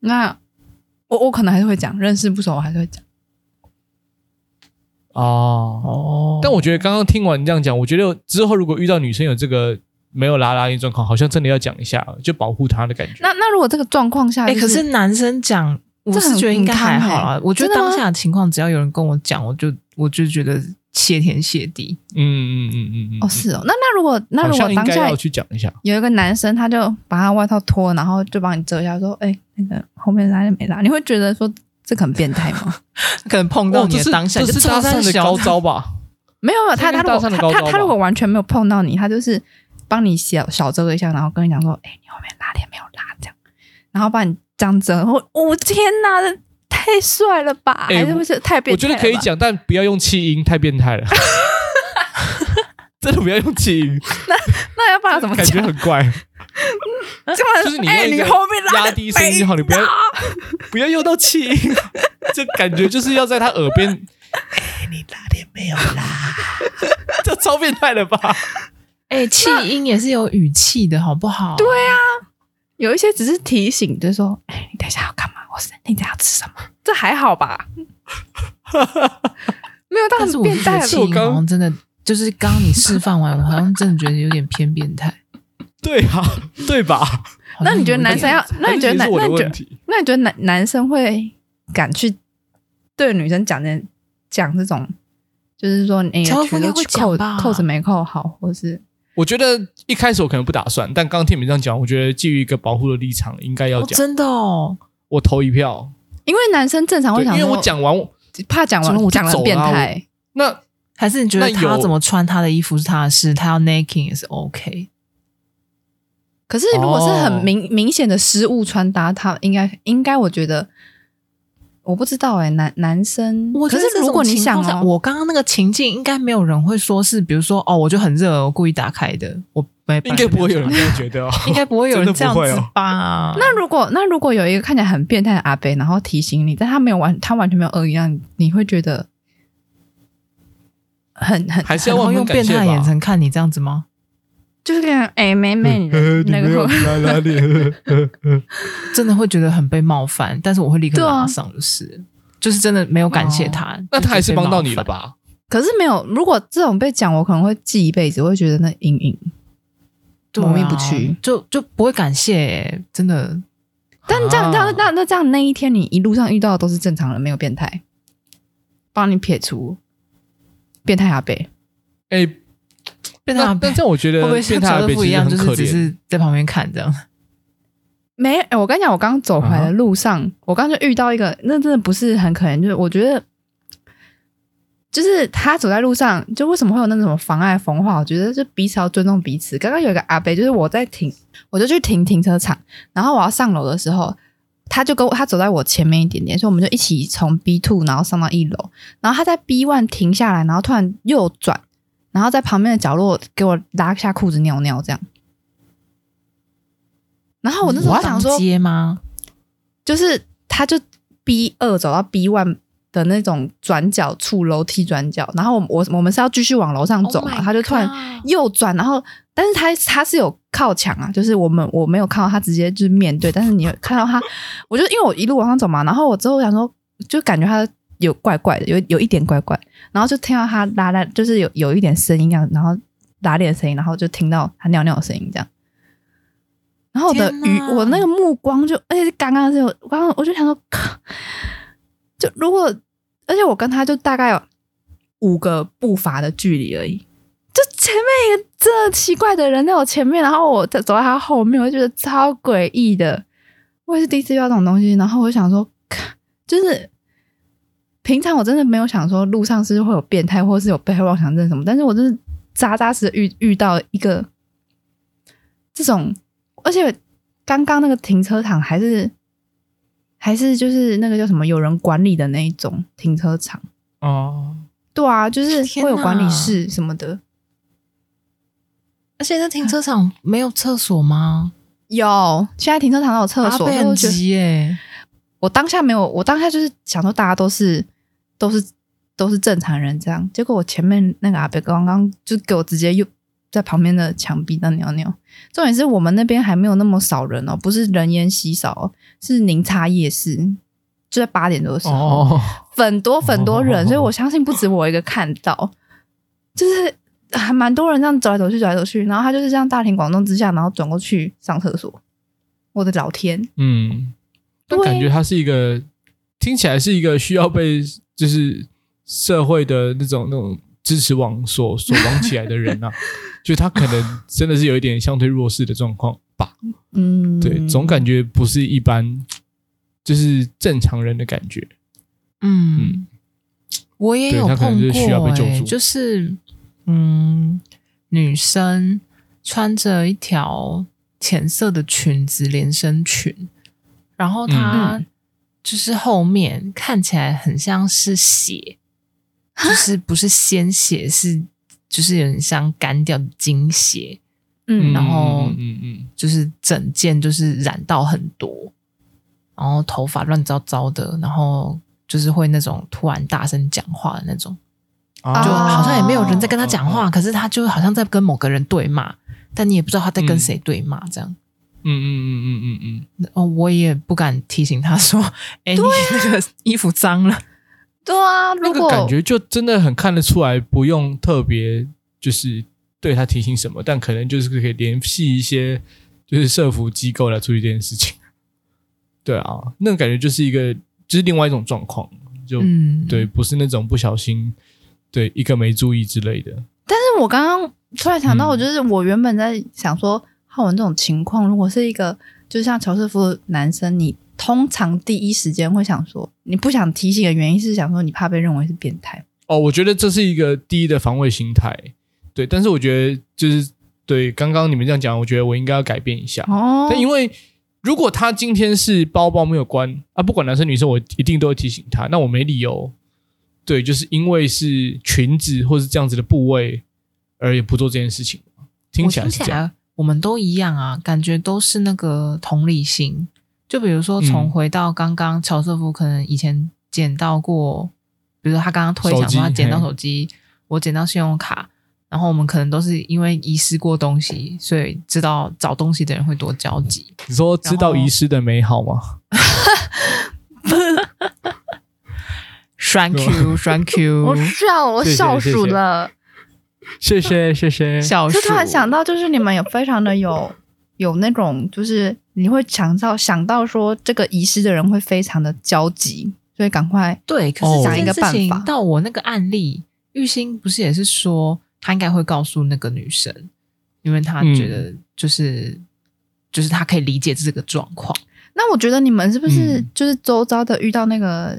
那我我可能还是会讲，认识不熟我还是会讲。哦。哦但我觉得刚刚听完你这样讲，我觉得之后如果遇到女生有这个没有拉拉链状况，好像真的要讲一下，就保护她的感觉。那那如果这个状况下、哎、就可是男生讲，我这是很觉得应该还好很啦。我觉真得的当吗下的情况，只要有人跟我讲，我就我就觉得谢天谢地。嗯嗯嗯嗯嗯，哦是哦，那那如果那好如像果应当该下要去讲一下。有一个男生，他就把他外套脱，然后就帮你遮一下，说：“哎、那个后面拉链没拉。”你会觉得说这个很变态吗？可能碰到哦你这的是当下，这你就是冲搭上讪的小高他招吧？没有， (laughs) 没有，他这他应该如果搭讪的他高他招吧他如果完全没有碰到你，他就是帮你小小遮个一下，然后跟你讲说：“哎、你后面拉链没有拉，这样。”然后把你这样遮，我我、天哪，这太帅了吧！哎还是不是太变我态觉了得吧？可以讲，但不要用气音，太变态 (laughs) 了。真的不要用气音，那要不然要怎么感觉讲？很怪。 (laughs) 就是你哎、用一你个后面拉压的低声音就好，你不要不要用到气音，这感觉就是要在他耳边。哎，你拉链没有啦？这超变态了吧？哎、气音也是有语气的，好不好？对啊，有一些只是提醒，就是说，哎、你等一下要干嘛？我是你等一下要吃什么？这还 (laughs) 好吧？没有到但是很我变是觉态得吧，气音好像真的，就是刚刚你示范完，我好像真的觉得有点偏变态。对啊，对吧？好像那你觉得有男生点要？那你觉得还是其实是我男？那的你觉问得？题？那你觉得男男生会敢去对女生讲这讲这种，就是说，哎、乔欸，峰全应该都会讲扣吧扣子没扣好，或是我觉得一开始我可能不打算，但刚刚听你们这样讲，我觉得基于一个保护的立场，应该要哦，讲。真的哦，我投一票，因为男生正常对会因想为说，我讲完，怕讲讲完完我就讲了走了啊变态，那还是你觉得那他有怎么穿他的衣服是他的事，他要 naking 也是 OK。可是如果是哦很明、明显的失误穿搭，他应该应该我觉得我不知道哎、男男生，我觉可得是如果你想、这种情况哦下，我刚刚那个情境，应该没有人会说是，比如说哦，我就很热，我故意打开的，我没，应该不会有人这样觉得哦。 (laughs) 应该不会有人真这的样不会哦子吧？那如果那如果有一个看起来很变态的阿伯，然后提醒你，但他没有完，他完全没有恶意，让你你会觉得很很还是要然忘恩后用感变谢态眼 (laughs) 吧。神看你这样子吗？就是跟人哎、妹妹你的 (laughs) (laughs) 那个哪哪里？ (laughs) 真的会觉得很被冒犯，但是我会立刻对啊哦马上就是、就是真的没有感谢他， (laughs) 那他还就是被冒帮到你了犯？ (laughs) 吧？可是没有，如果这种被讲，我可能会记一辈子，我会觉得那阴影。对啊抹灭不去，就就不会感谢、欸，真的但这样，这啊样，那那这样，那一天你一路上遇到的都是正常人，没有变态，帮你撇除变态阿北。哎，变态那阿那贝这样我觉会不得会变像态小阿豆北腐其一实样，很就是可只怜。是在旁边看这样？没，哎我跟你讲，我刚走回来的路上，我刚就遇到一个，那真的不是很可怜，就是我觉得，就是他走在路上，就为什么会有那种妨碍风化？我觉得就彼此要尊重彼此。刚刚有一个阿北，就是我在停，我就去停停车场，然后我要上楼的时候，他就跟我他走在我前面一点点，所以我们就一起从 B two 然后上到一楼，然后他在 B one 停下来，然后突然右转，然后在旁边的角落给我拉下裤子尿尿这样。然后我那时候想说，接吗？就是他就 B 二走到 B one 的那种转角处楼梯转角，然后我我我们是要继续往楼上走嘛 Oh my 他就突然 God 右转，然后但是他他是有靠墙啊，就是我们我没有看到他直接就是面对，但是你有看到他， (laughs) 我就因为我一路往上走嘛，然后我之后想说，就感觉他有怪怪的，有有一点怪怪，然后就听到他拉拉，就是有有一点声音啊，然后拉链的声音，然后就听到他尿尿的声音这样。然后我的天哪余，我那个目光就，而且是刚刚是有，刚刚我就想说， (laughs) 靠就如果，而且我跟他就大概有五个步伐的距离而已，就前面一个这奇怪的人在我前面，然后我在走在他后面，我就觉得超诡异的。我也是第一次遇到这种东西，然后我就想说， (laughs) 咔就是平常我真的没有想说路上是会有变态，或是有被害妄想症什么，但是我就是扎扎实实遇遇到一个这种，而且刚刚那个停车场还是还是就是那个叫什么有人管理的那一种停车场，哦，对啊，就是天会有哪管理室什么的。而且那停车场没有厕所吗？有，现在停车场都有厕所，阿所贝以很我觉得急耶、我当下没有，我当下就是想说大家都是都是都是正常人这样，结果我前面那个阿伯刚刚就给我直接又在旁边的墙壁那尿尿。重点是我们那边还没有那么少人哦，不是人烟稀少、哦，是宁叉夜市，就在八点多的时候，哦，很多很多人，哦所以我相信不止我一个看到，就是还蛮多人这样走来走去走来走去，然后他就是这样大庭广众之下，然后转过去上厕所。我的老天！嗯，但对感觉他是一个听起来是一个需要被就是社会的那种那种支持网所所绑起来的人 (laughs) 啊，就他可能真的是有一点相对弱势的状况吧。嗯，对，总感觉不是一般就是正常人的感觉。嗯，我也对有他可碰能过、就是需要被救欸助就是嗯，女生穿着一条浅色的裙子连身裙，然后嗯嗯她就是后面看起来很像是血，就是不是鲜血，是就是有点像干掉的精血，嗯，然后嗯嗯嗯就是整件就是染到很多，然后头发乱糟糟的，然后就是会那种突然大声讲话的那种，嗯啊就好像也没有人在哦跟他讲话，，可是他就好像在跟某个人对骂，但你也不知道他在跟谁对骂，这样。嗯嗯嗯嗯嗯哦，我也不敢提醒他说：“哎、你那个衣服脏了。对啊，嗯，那如个果感觉就真的很看得出来，不用特别就是对他提醒什么，但可能就是可以联系一些就是社服机构来处理这件事情。对啊，那个感觉就是一个，就是另外一种状况，”就、嗯，对，，不是那种不小心，对一个没注意之类的。但是我刚刚突然想到，嗯我就是我原本在想说，浩文这种情况，如果是一个就像乔师傅的男生，你通常第一时间会想说，你不想提醒的原因是想说你怕被认为是变态。哦，我觉得这是一个第一的防卫心态，对。但是我觉得就是对，刚刚你们这样讲，我觉得我应该要改变一下。哦但因为如果他今天是包包没有关啊，不管男生女生，我一定都会提醒他。那我没理由，对，就是因为是裙子或是这样子的部位而也不做这件事情。听我起来是听这样，我们都一样啊，感觉都是那个同理心。就比如说，从嗯回到刚刚乔瑟夫可能以前捡到过，比如说他刚刚推手想说他机捡到嘿手机，我捡到信用卡，然后我们可能都是因为遗失过东西，所以知道找东西的人会多焦 (laughs) 急。你说知道遗失的美好吗？栓 Q 栓 Q，哦我笑，我嗯谢谢笑谢哦谢鼠了。谢谢谢 (laughs) 谢，笑鼠就突然想到，就是你们有非常的有有那种，就是你会想到想到说这个遗失的人会非常的焦急，所以赶快对，可哦是想这一件个事办情法到我那个案例，玉兴不是也是说他应该会告诉那个女生，因为他觉得就是、就是他可以理解这个状况。那我觉得你们是不是嗯就是周遭的遇到那个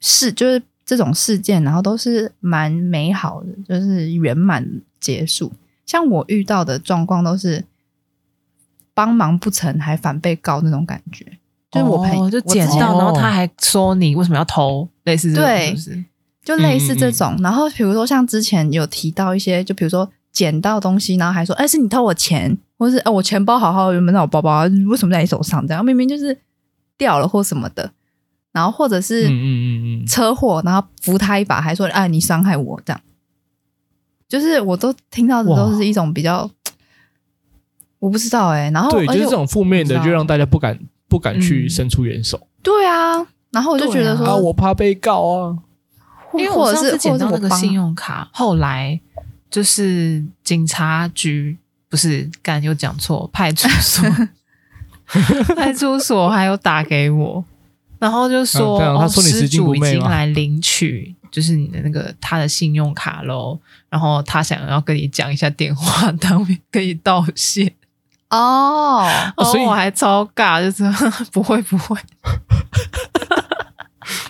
事，就是这种事件，然后都是蛮美好的，就是圆满结束。像我遇到的状况都是帮忙不成还反被告那种感觉，就是我朋友、哦、就捡我之前到，然后哦他还说你为什么要偷，类似这种对是不是？就类似嗯这种。然后比如说像之前有提到一些，就比如说捡到东西，然后还说：“哎、是你偷我钱，或是、哦、我钱包好好的，原本在我包包，为什么在你手上？”这样明明就是掉了或什么的。然后或者嗯是嗯嗯嗯，车祸，然后扶他一把，还说：“哎，你伤害我。”这样，就是我都听到的哇都是一种比较，我不知道哎、然后对，而就是且这种负面我的，知道就让大家不敢不敢去嗯伸出援手对啊，然后我就觉得说，对啊，我怕被告啊。或因为或我者上是次捡或者到是那我个帮信用卡，后来就是警察局不是，干又讲错，派 (laughs) 出所，派出所还有打给我，然后就嗯说，对啊哦他说你失拾金不主昧已吗经来领取，就是你的那个他的信用卡喽，然后他想要跟你讲一下电话， (laughs) 当面跟你道谢，哦，哦所以然后我还超尬，就是 (laughs) 不会不会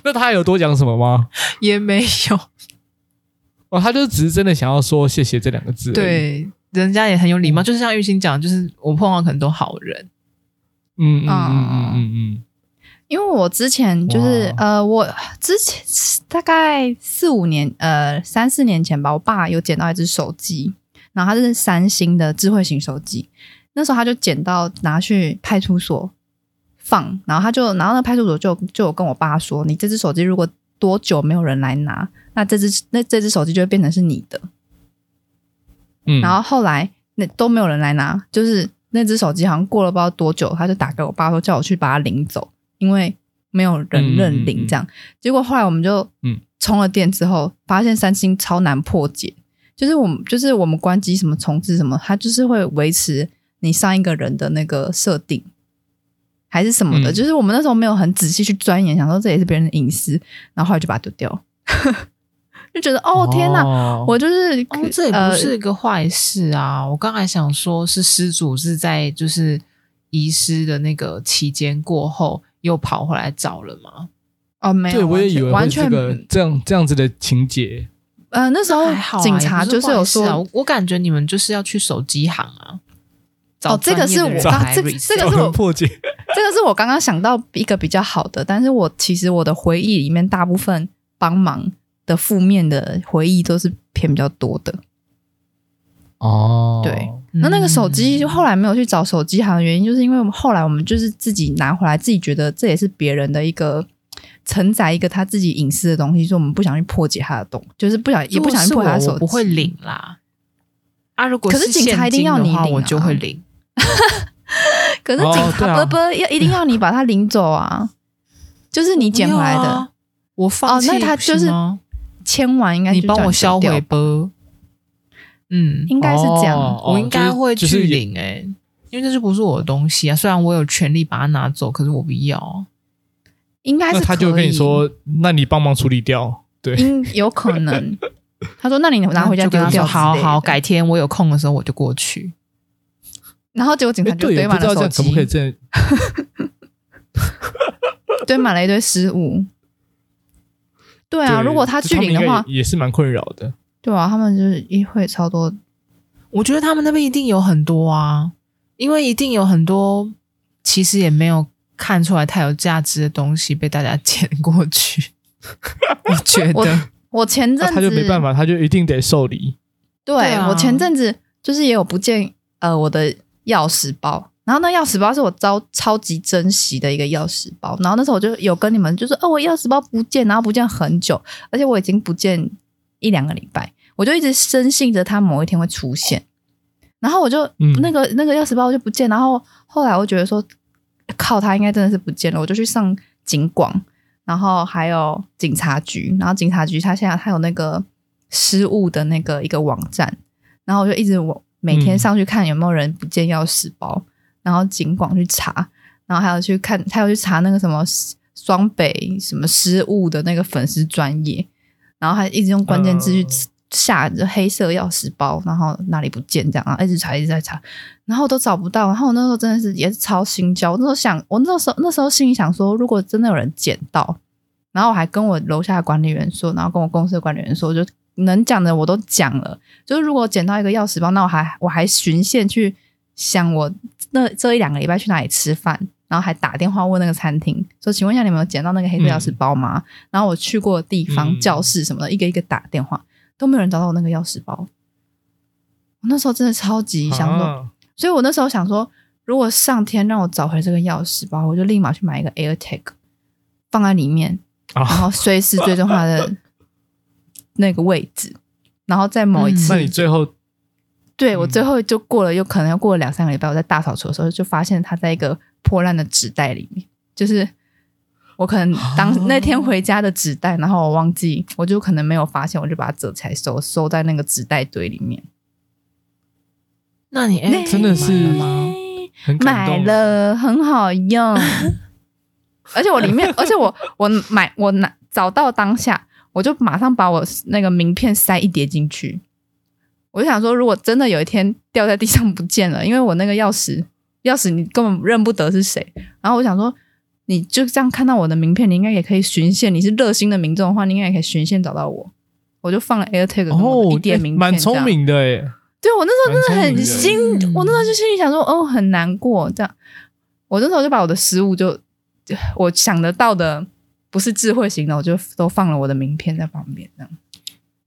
那他有多讲什么吗？也没有，哦，他就只是真的想要说谢谢这两个字。，对，人家也很有礼嗯貌，就是像玉兴讲，就是我碰到可能都好人。嗯嗯嗯嗯嗯嗯，因为我之前就是呃，我之前大概四五年呃三四年前吧，我爸有捡到一只手机，然后它是三星的智慧型手机，那时候他就捡到拿去派出所放，然后他就然后那派出所就就有跟我爸说，你这只手机如果多久没有人来拿，那这只那这只手机就会变成是你的。嗯然后后来那都没有人来拿，就是那只手机好像过了不知道多久，他就打给我爸说叫我去把它领走，因为没有人认领这样。结果后来我们就嗯充了电之后，发现三星超难破解，就是我们就是我们关机什么重置什么，它就是会维持你上一个人的那个设定。还是什么的，嗯就是我们那时候没有很仔细去钻研，想说这也是别人的隐私，然后后来就把它丢掉， (laughs) 就觉得哦天哪，哪我就是哦，这也不呃是一个坏事啊！我刚才想说，是失主是在就是遗失的那个期间过后，又跑回来找了嘛？哦，没有，对我也以为完会是全这个这样这样子的情节。呃，那时还好候啊警也察不就是是有坏事说，啊我我感觉你们就是要去手机行啊。哦这个是我刚刚这个这个找是我人破解，这个是我刚刚想到一个比较好的，但是我其实我的回忆里面大部分帮忙的负面的回忆都是偏比较多的。哦，对嗯那那个手机后来没有去找手机行的原因，就是因为我们后来我们就是自己拿回来，自己觉得这也是别人的一个承载一个他自己隐私的东西，所以我们不想去破解他的东，就是不想也不想去破解他的手我机，不会领啦。啊，如果可是警察一定要你现金的话领啊我就会领。可是警哦对察啊不不要一定要你把它领走啊，就是你捡回来没有的啊，我放弃哦那他就是行吗签完应该你就帮叫我丢销掉毁吧，吧。嗯，应该是这样。哦我应该会就是去领哎、因为这就不是我的东西啊。虽然我有权利把它拿走，可是我不要。应该是那他就可跟以你，说， (laughs) 那你帮忙处理掉。对，应有可能。他 (laughs) 说：“那你拿回家就丢跟他掉说，之类的，好好，改天我有空的时候我就过去。然后结果警察哎就对，堆我不满知道了这手样可不可以机，这样？ (laughs) 堆满了一堆失物。对啊，对啊如果他就拒们领的应该话，也也是蛮困扰的。对啊，他们就是一会超多。我觉得他们那边一定有很多啊，因为一定有很多其实也没有看出来太有价值的东西被大家捡过去。我觉我得我前阵那子、啊他就没办法，他就一定得受理。对对啊我前阵子就是也有不见呃我的钥匙包，然后那钥匙包是我超超级珍惜的一个钥匙包，然后那时候我就有跟你们就说，哦，我钥匙包不见，然后不见很久，而且我已经不见一两个礼拜，我就一直深信着它某一天会出现，然后我就、嗯那个那个钥匙包就不见，然后后来我觉得说，靠，它应该真的是不见了，我就去上警广，然后还有警察局，然后警察局它现在它有那个失物的那个一个网站，然后我就一直我每天上去看有没有人不见钥匙包，然后警广去查，然后还有去看，还有去查那个什么双北什么失物的那个粉丝专业，然后还一直用关键字去嗯下就黑色钥匙包，然后哪里不见这样，然后一直查一直在查，然后都找不到。然后我那时候真的是也是超心焦，我那时候想，我那时候那时候心里想说，如果真的有人捡到，然后我还跟我楼下的管理员说，然后跟我公司的管理员说，我就能讲的我都讲了。就是如果捡到一个钥匙包，那我还我还循线去想我那这一两个礼拜去哪里吃饭，然后还打电话问那个餐厅说，请问一下你们有捡到那个黑色钥匙包吗？然后我去过的地方、嗯教室什么的，一个一个打电话，都没有人找到我那个钥匙包。我那时候真的超级想说，啊所以我那时候想说，如果上天让我找回这个钥匙包，我就立马去买一个 AirTag 放在里面，啊然后随时追踪它的那个位置，然后在某一次，那你最后对嗯我最后就过了，又可能又过了两三个礼拜，我在大扫除的时候就发现它在一个破烂的纸袋里面，就是。我可能当啊那天回家的纸袋，然后我忘记，我就可能没有发现，我就把它折起来收收在那个纸袋堆里面。那你哎 Air 真的是买了吗？很感买动，了，很 (laughs) 好用。而且我里面，而且我我买我拿找到当下，我就马上把我那个名片塞一叠进去。我就想说，如果真的有一天掉在地上不见了，因为我那个钥匙钥匙你根本认不得是谁。然后我想说，你就这样看到我的名片，你应该也可以循线。你是热心的民众的话，你应该也可以循线找到我。我就放了 AirTag 跟我的一哦，叠哎名片，蛮聪。明的哎。对我那时候蛮聪真的明很的心嗯，我那时候就心里想说，哦，很难过这样。我那时候就把我的失误就，就我想得到的不是智慧型的，我就都放了我的名片在旁边这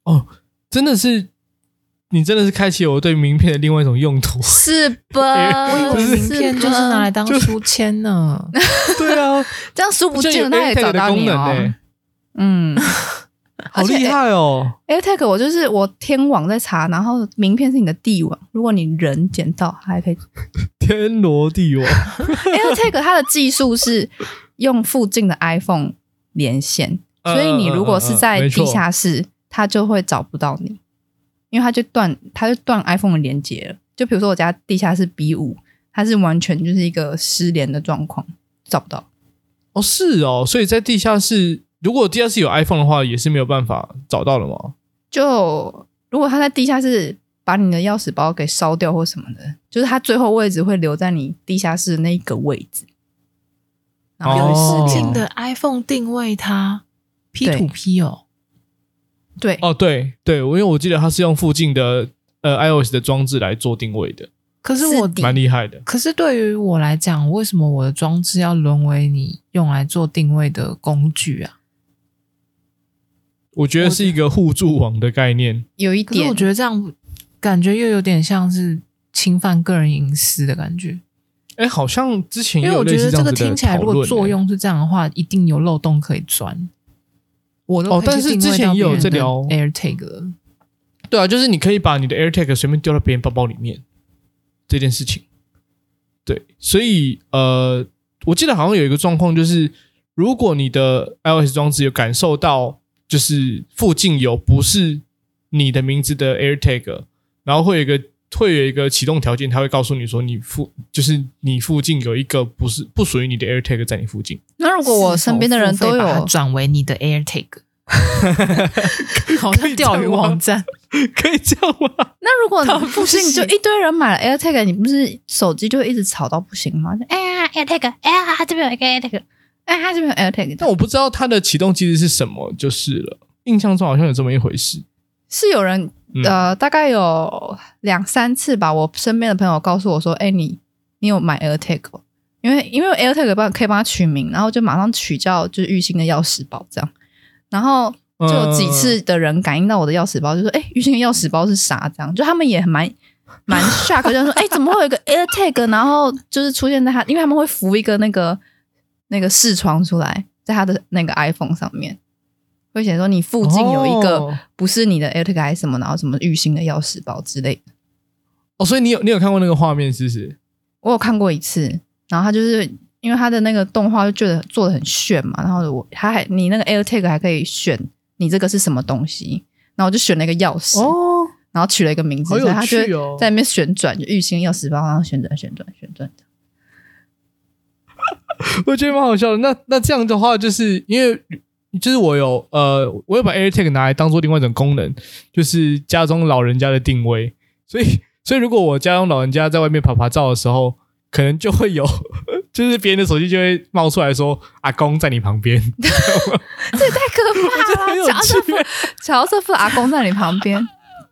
样。真的是，你真的是开启我对名片的另外一种用 (laughs) 途。是 (laughs) 吧？我以我为名片就是拿来当书签呢。对啊，这样书 (laughs) 不这有见了，他也 AirTag 找的到功你能哦。欸 (laughs) 嗯好厉害哦！ ，AirTag 我就是我天网在查，然后名片是你的地网，如果你人捡到，还 (laughs) 可以天罗地网， AirTag 它的技术是用附近的 iPhone 连线，嗯所以你如果嗯是嗯嗯在没错地下室，它就会找不到你，因为它就断，它就断 iPhone 的连接了。就比如说我家地下室 B 五，它是完全就是一个失联的状况，找不到。哦是哦，所以在地下室，如果地下室有 iPhone 的话，也是没有办法找到了吗？就如果它在地下室把你的钥匙包给烧掉或什么的，就是它最后位置会留在你地下室的那一个位置，然后就哦会有失实联。境的 iPhone 定位它 P 对 to P 哦，对，哦，对对，我因为我记得它是用附近的呃 iOS 的装置来做定位的，可是是我的蛮厉害的。可是对于我来讲，为什么我的装置要沦为你用来做定位的工具啊？我觉得是一个互助网的概念。有一可是点我觉得这样感觉又有点像是侵犯个人隐私的感觉，哎，好像之前也因为有我类觉似得这这样个子的听起来讨如论果欸作用是这样的话，一定有漏洞可以钻。我都哦可以但是去定位之前到也有别人在的哎聊 AirTag 了对啊，就是你可以把你的 AirTag 随便丢到别人包包里面这件事情。对，所以呃，我记得好像有一个状况，就是如果你的 iOS 装置有感受到，就是附近有不是你的名字的 AirTag，然后会有一个会有一个启动条件，它会告诉你说你附就是你附近有一个不是不属于你的 AirTag 在你附近。那如果我身边的人是都否付费把它有，转 (laughs) 为你的 AirTag，好像钓鱼网站。可以这样吗？那如果他们你不不信，就信一堆人买了 AirTag，你不是手机就会一直吵到不行吗？就哎呀 AirTag，哎呀它这边有一个 AirTag，哎呀它这边有 AirTag，但我不知道它的启动机制是什么，就是了。印象中好像有这么一回事。是有人嗯呃，大概有两三次吧，我身边的朋友告诉我说：“哎、你你有买 AirTag？” 哦因为因为 AirTag 帮可以帮他取名，然后就马上取叫就是玉兴的钥匙包这样。然后就有几次的人感应到我的钥匙包，就说：“哎、玉兴的钥匙包是啥？”这样，就他们也很蛮蛮 shock，就说：“哎、怎么会有一个 AirTag？” 然后就是出现在他，因为他们会浮一个那个那个视窗出来，在他的那个 iPhone 上面。会写说你附近有一个哦不是你的 AirTag 还是什么，然后什么玉鑫的钥匙包之类的。哦，所以你有你有看过那个画面是不 (laughs) 是？我有看过一次，然后他就是因为他的那个动画就觉得做的很炫嘛，然后我他还你那个 AirTag 还可以选你这个是什么东西，然后我就选了一个钥匙，哦，然后取了一个名字，好有所以他就趣哦在那边旋转，就玉鑫钥匙包，然后旋转旋转旋转。我觉得蛮好笑的。那那这样的话，就是因为就是我有呃，我有把 AirTag 拿来当做另外一种功能，就是家中老人家的定位。所以所以如果我家中老人家在外面拍拍照的时候，可能就会有， (laughs) 就是别人的手机就会冒出来说“阿公在你旁 (laughs) 边这也太可怕很有了！乔瑟夫趣，乔瑟夫的阿公在你旁边，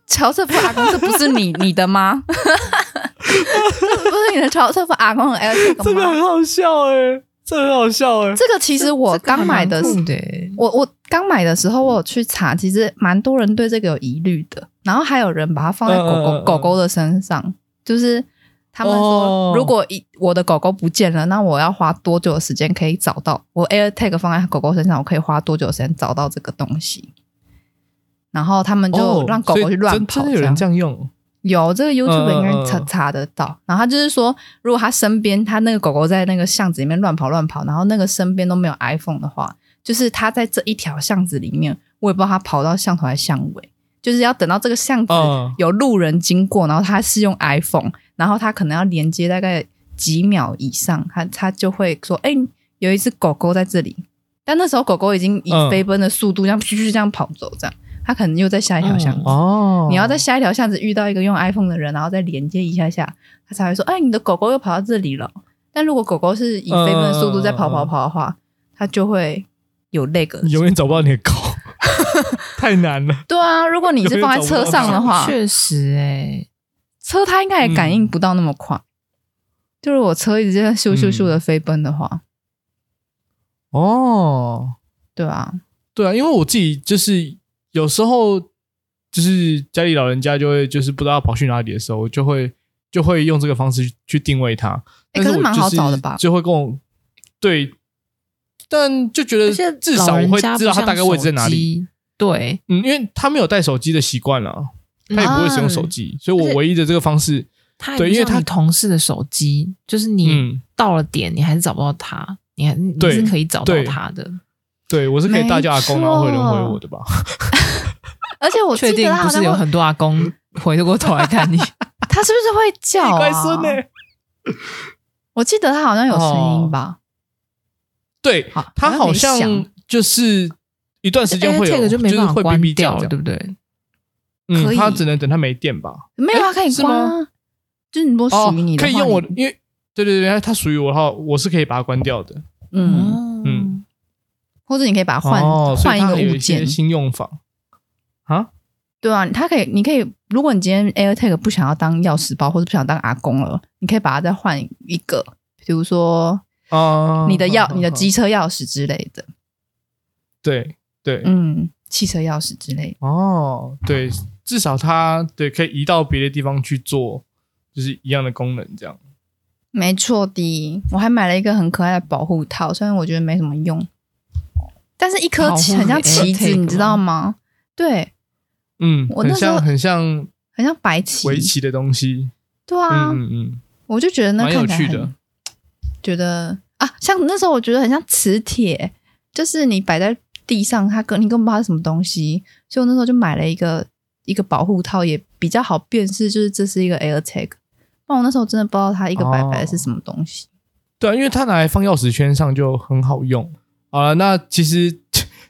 乔瑟夫的阿公，这不是你你的吗？ (laughs) 这不是你的乔瑟夫阿公的 L ”，真 tag 的吗？很好笑哎、这很好笑哎、这个其实我刚买的，对，嗯我我刚买的时候我有去查，其实蛮多人对这个有疑虑的，然后还有人把它放在狗狗、嗯嗯嗯嗯狗狗的身上，就是。他们说哦，如果一我的狗狗不见了，那我要花多久的时间可以找到？我 AirTag 放在狗狗身上，我可以花多久的时间找到这个东西？然后他们就哦让狗狗所去以乱真跑，真的有人样这样用有这个 YouTube 应该嗯嗯嗯查查得到。然后他就是说，如果他身边他那个狗狗在那个巷子里面乱跑乱跑，然后那个身边都没有 iPhone 的话，就是他在这一条巷子里面，我也不知道他跑到巷头还是巷尾，就是要等到这个巷子嗯有路人经过，然后他是用 iPhone，然后他可能要连接大概几秒以上，他他就会说：“哎、有一只狗狗在这里。”但那时候狗狗已经以嗯飞奔的速度这样咻咻这样跑走，这样他可能又在下一条巷子。哦你要在下一条巷子遇到一个用 iPhone 的人，然后再连接一下下，他才会说：“哎，你的狗狗又跑到这里了。”但如果狗狗是以飞奔的速度在跑跑跑的嗯话，它就会有那个。你永远找不到你 (laughs) 的狗，太难了。对啊，如果你是放在车上的话，哦确实哎，车它应该也感应不到那么快。就是我车一直在咻咻咻的飞奔的嗯话，哦，对啊，对啊，因为我自己就是有时候就是家里老人家就会就是不知道跑去哪里的时候，我就会就会用这个方式去去定位他。但可是我蛮就好找的吧就会跟我对，但就觉而得且呃至老少我人会家知不道他大像概位置在手哪里。机。对，嗯，因为他没有带手机的习惯了，他也不会使用手机，所以我唯一的这个方式，他对因为他他同事的手机，就是你嗯，到了点，你还是找不到他，你还你对是可以找到对他的。对我是可以大叫阿公，没然后会轮回错我的吧？而且我记确得定它不好是像有会，很多阿公回过头来看你？它是不是 (laughs) 会叫乖啊孙？欸呢？我记得它好像有声音吧？对好，哦它好像好像没哎响就是一段 (laughs) 时间会有，哎这个就没是办法会关哔哔掉叫了，这对样，不对？可嗯，以它只能等它没电吧？没有啊，诶可以是关吗啊，就是你如果哦属于你，的可话，以用我你的，因为对对对，它属于我的话，我是可以把它关掉的。嗯，嗯，或者你可以把它换、哦，所换以一它个有物一些件，新用法啊，对啊，它可以，你可以，如果你今天 AirTag 不想要当钥匙包或者不想当阿公了，你可以把它再换一个，比如说啊，你的钥、好你的，机好车钥匙之类的，对对，嗯，汽车钥匙之类的，哦，对，至少它对可以移到别的地方去做，就是一样的功能这样。没错的。我还买了一个很可爱的保护套，虽然我觉得没什么用，但是一颗保护很像你的棋子， AirTag 你知道吗？对，嗯，我很那时候像很像很像白棋，围棋的东西。对啊，嗯嗯我就觉得嗯，那蛮有看起来趣很的。觉得啊，像那时候我觉得很像磁铁，就是你摆在地上，它根你根本不知道是什么东西，所以我那时候就买了一个一个保护套，也比较好辨识，就是这是一个 AirTag。不然我那时候真的不知道它一哦个白白的是什么东西。对啊，因为它拿来放钥匙圈上就很好用。好了，那其实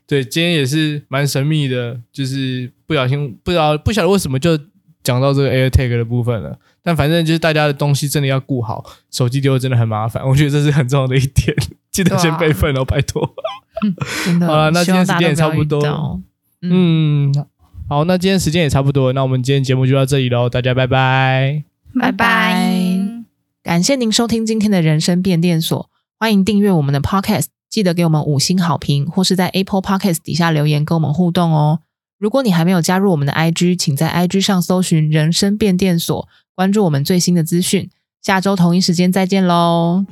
对今天也是蛮神秘的，就是不小心不知道不晓得为什么就讲到这个 AirTag 的部分了。但反正就是大家的东西真的要顾好，手机丢了真的很麻烦，我觉得这是很重要的一点，记得对啊先备份哦，拜托。真的。好了那希望今天大时间家也都差嗯不不多要遇嗯，到。好，那今天时间也差不多，那我们今天节目就到这里喽，大家拜拜。拜拜感谢您收听今天的人生变电所，欢迎订阅我们的 Podcast，记得给我们五星好评，或是在 Apple Podcast 底下留言跟我们互动哦。如果你还没有加入我们的 IG，请在 IG 上搜寻“人生变电所”，关注我们最新的资讯。下周同一时间再见喽！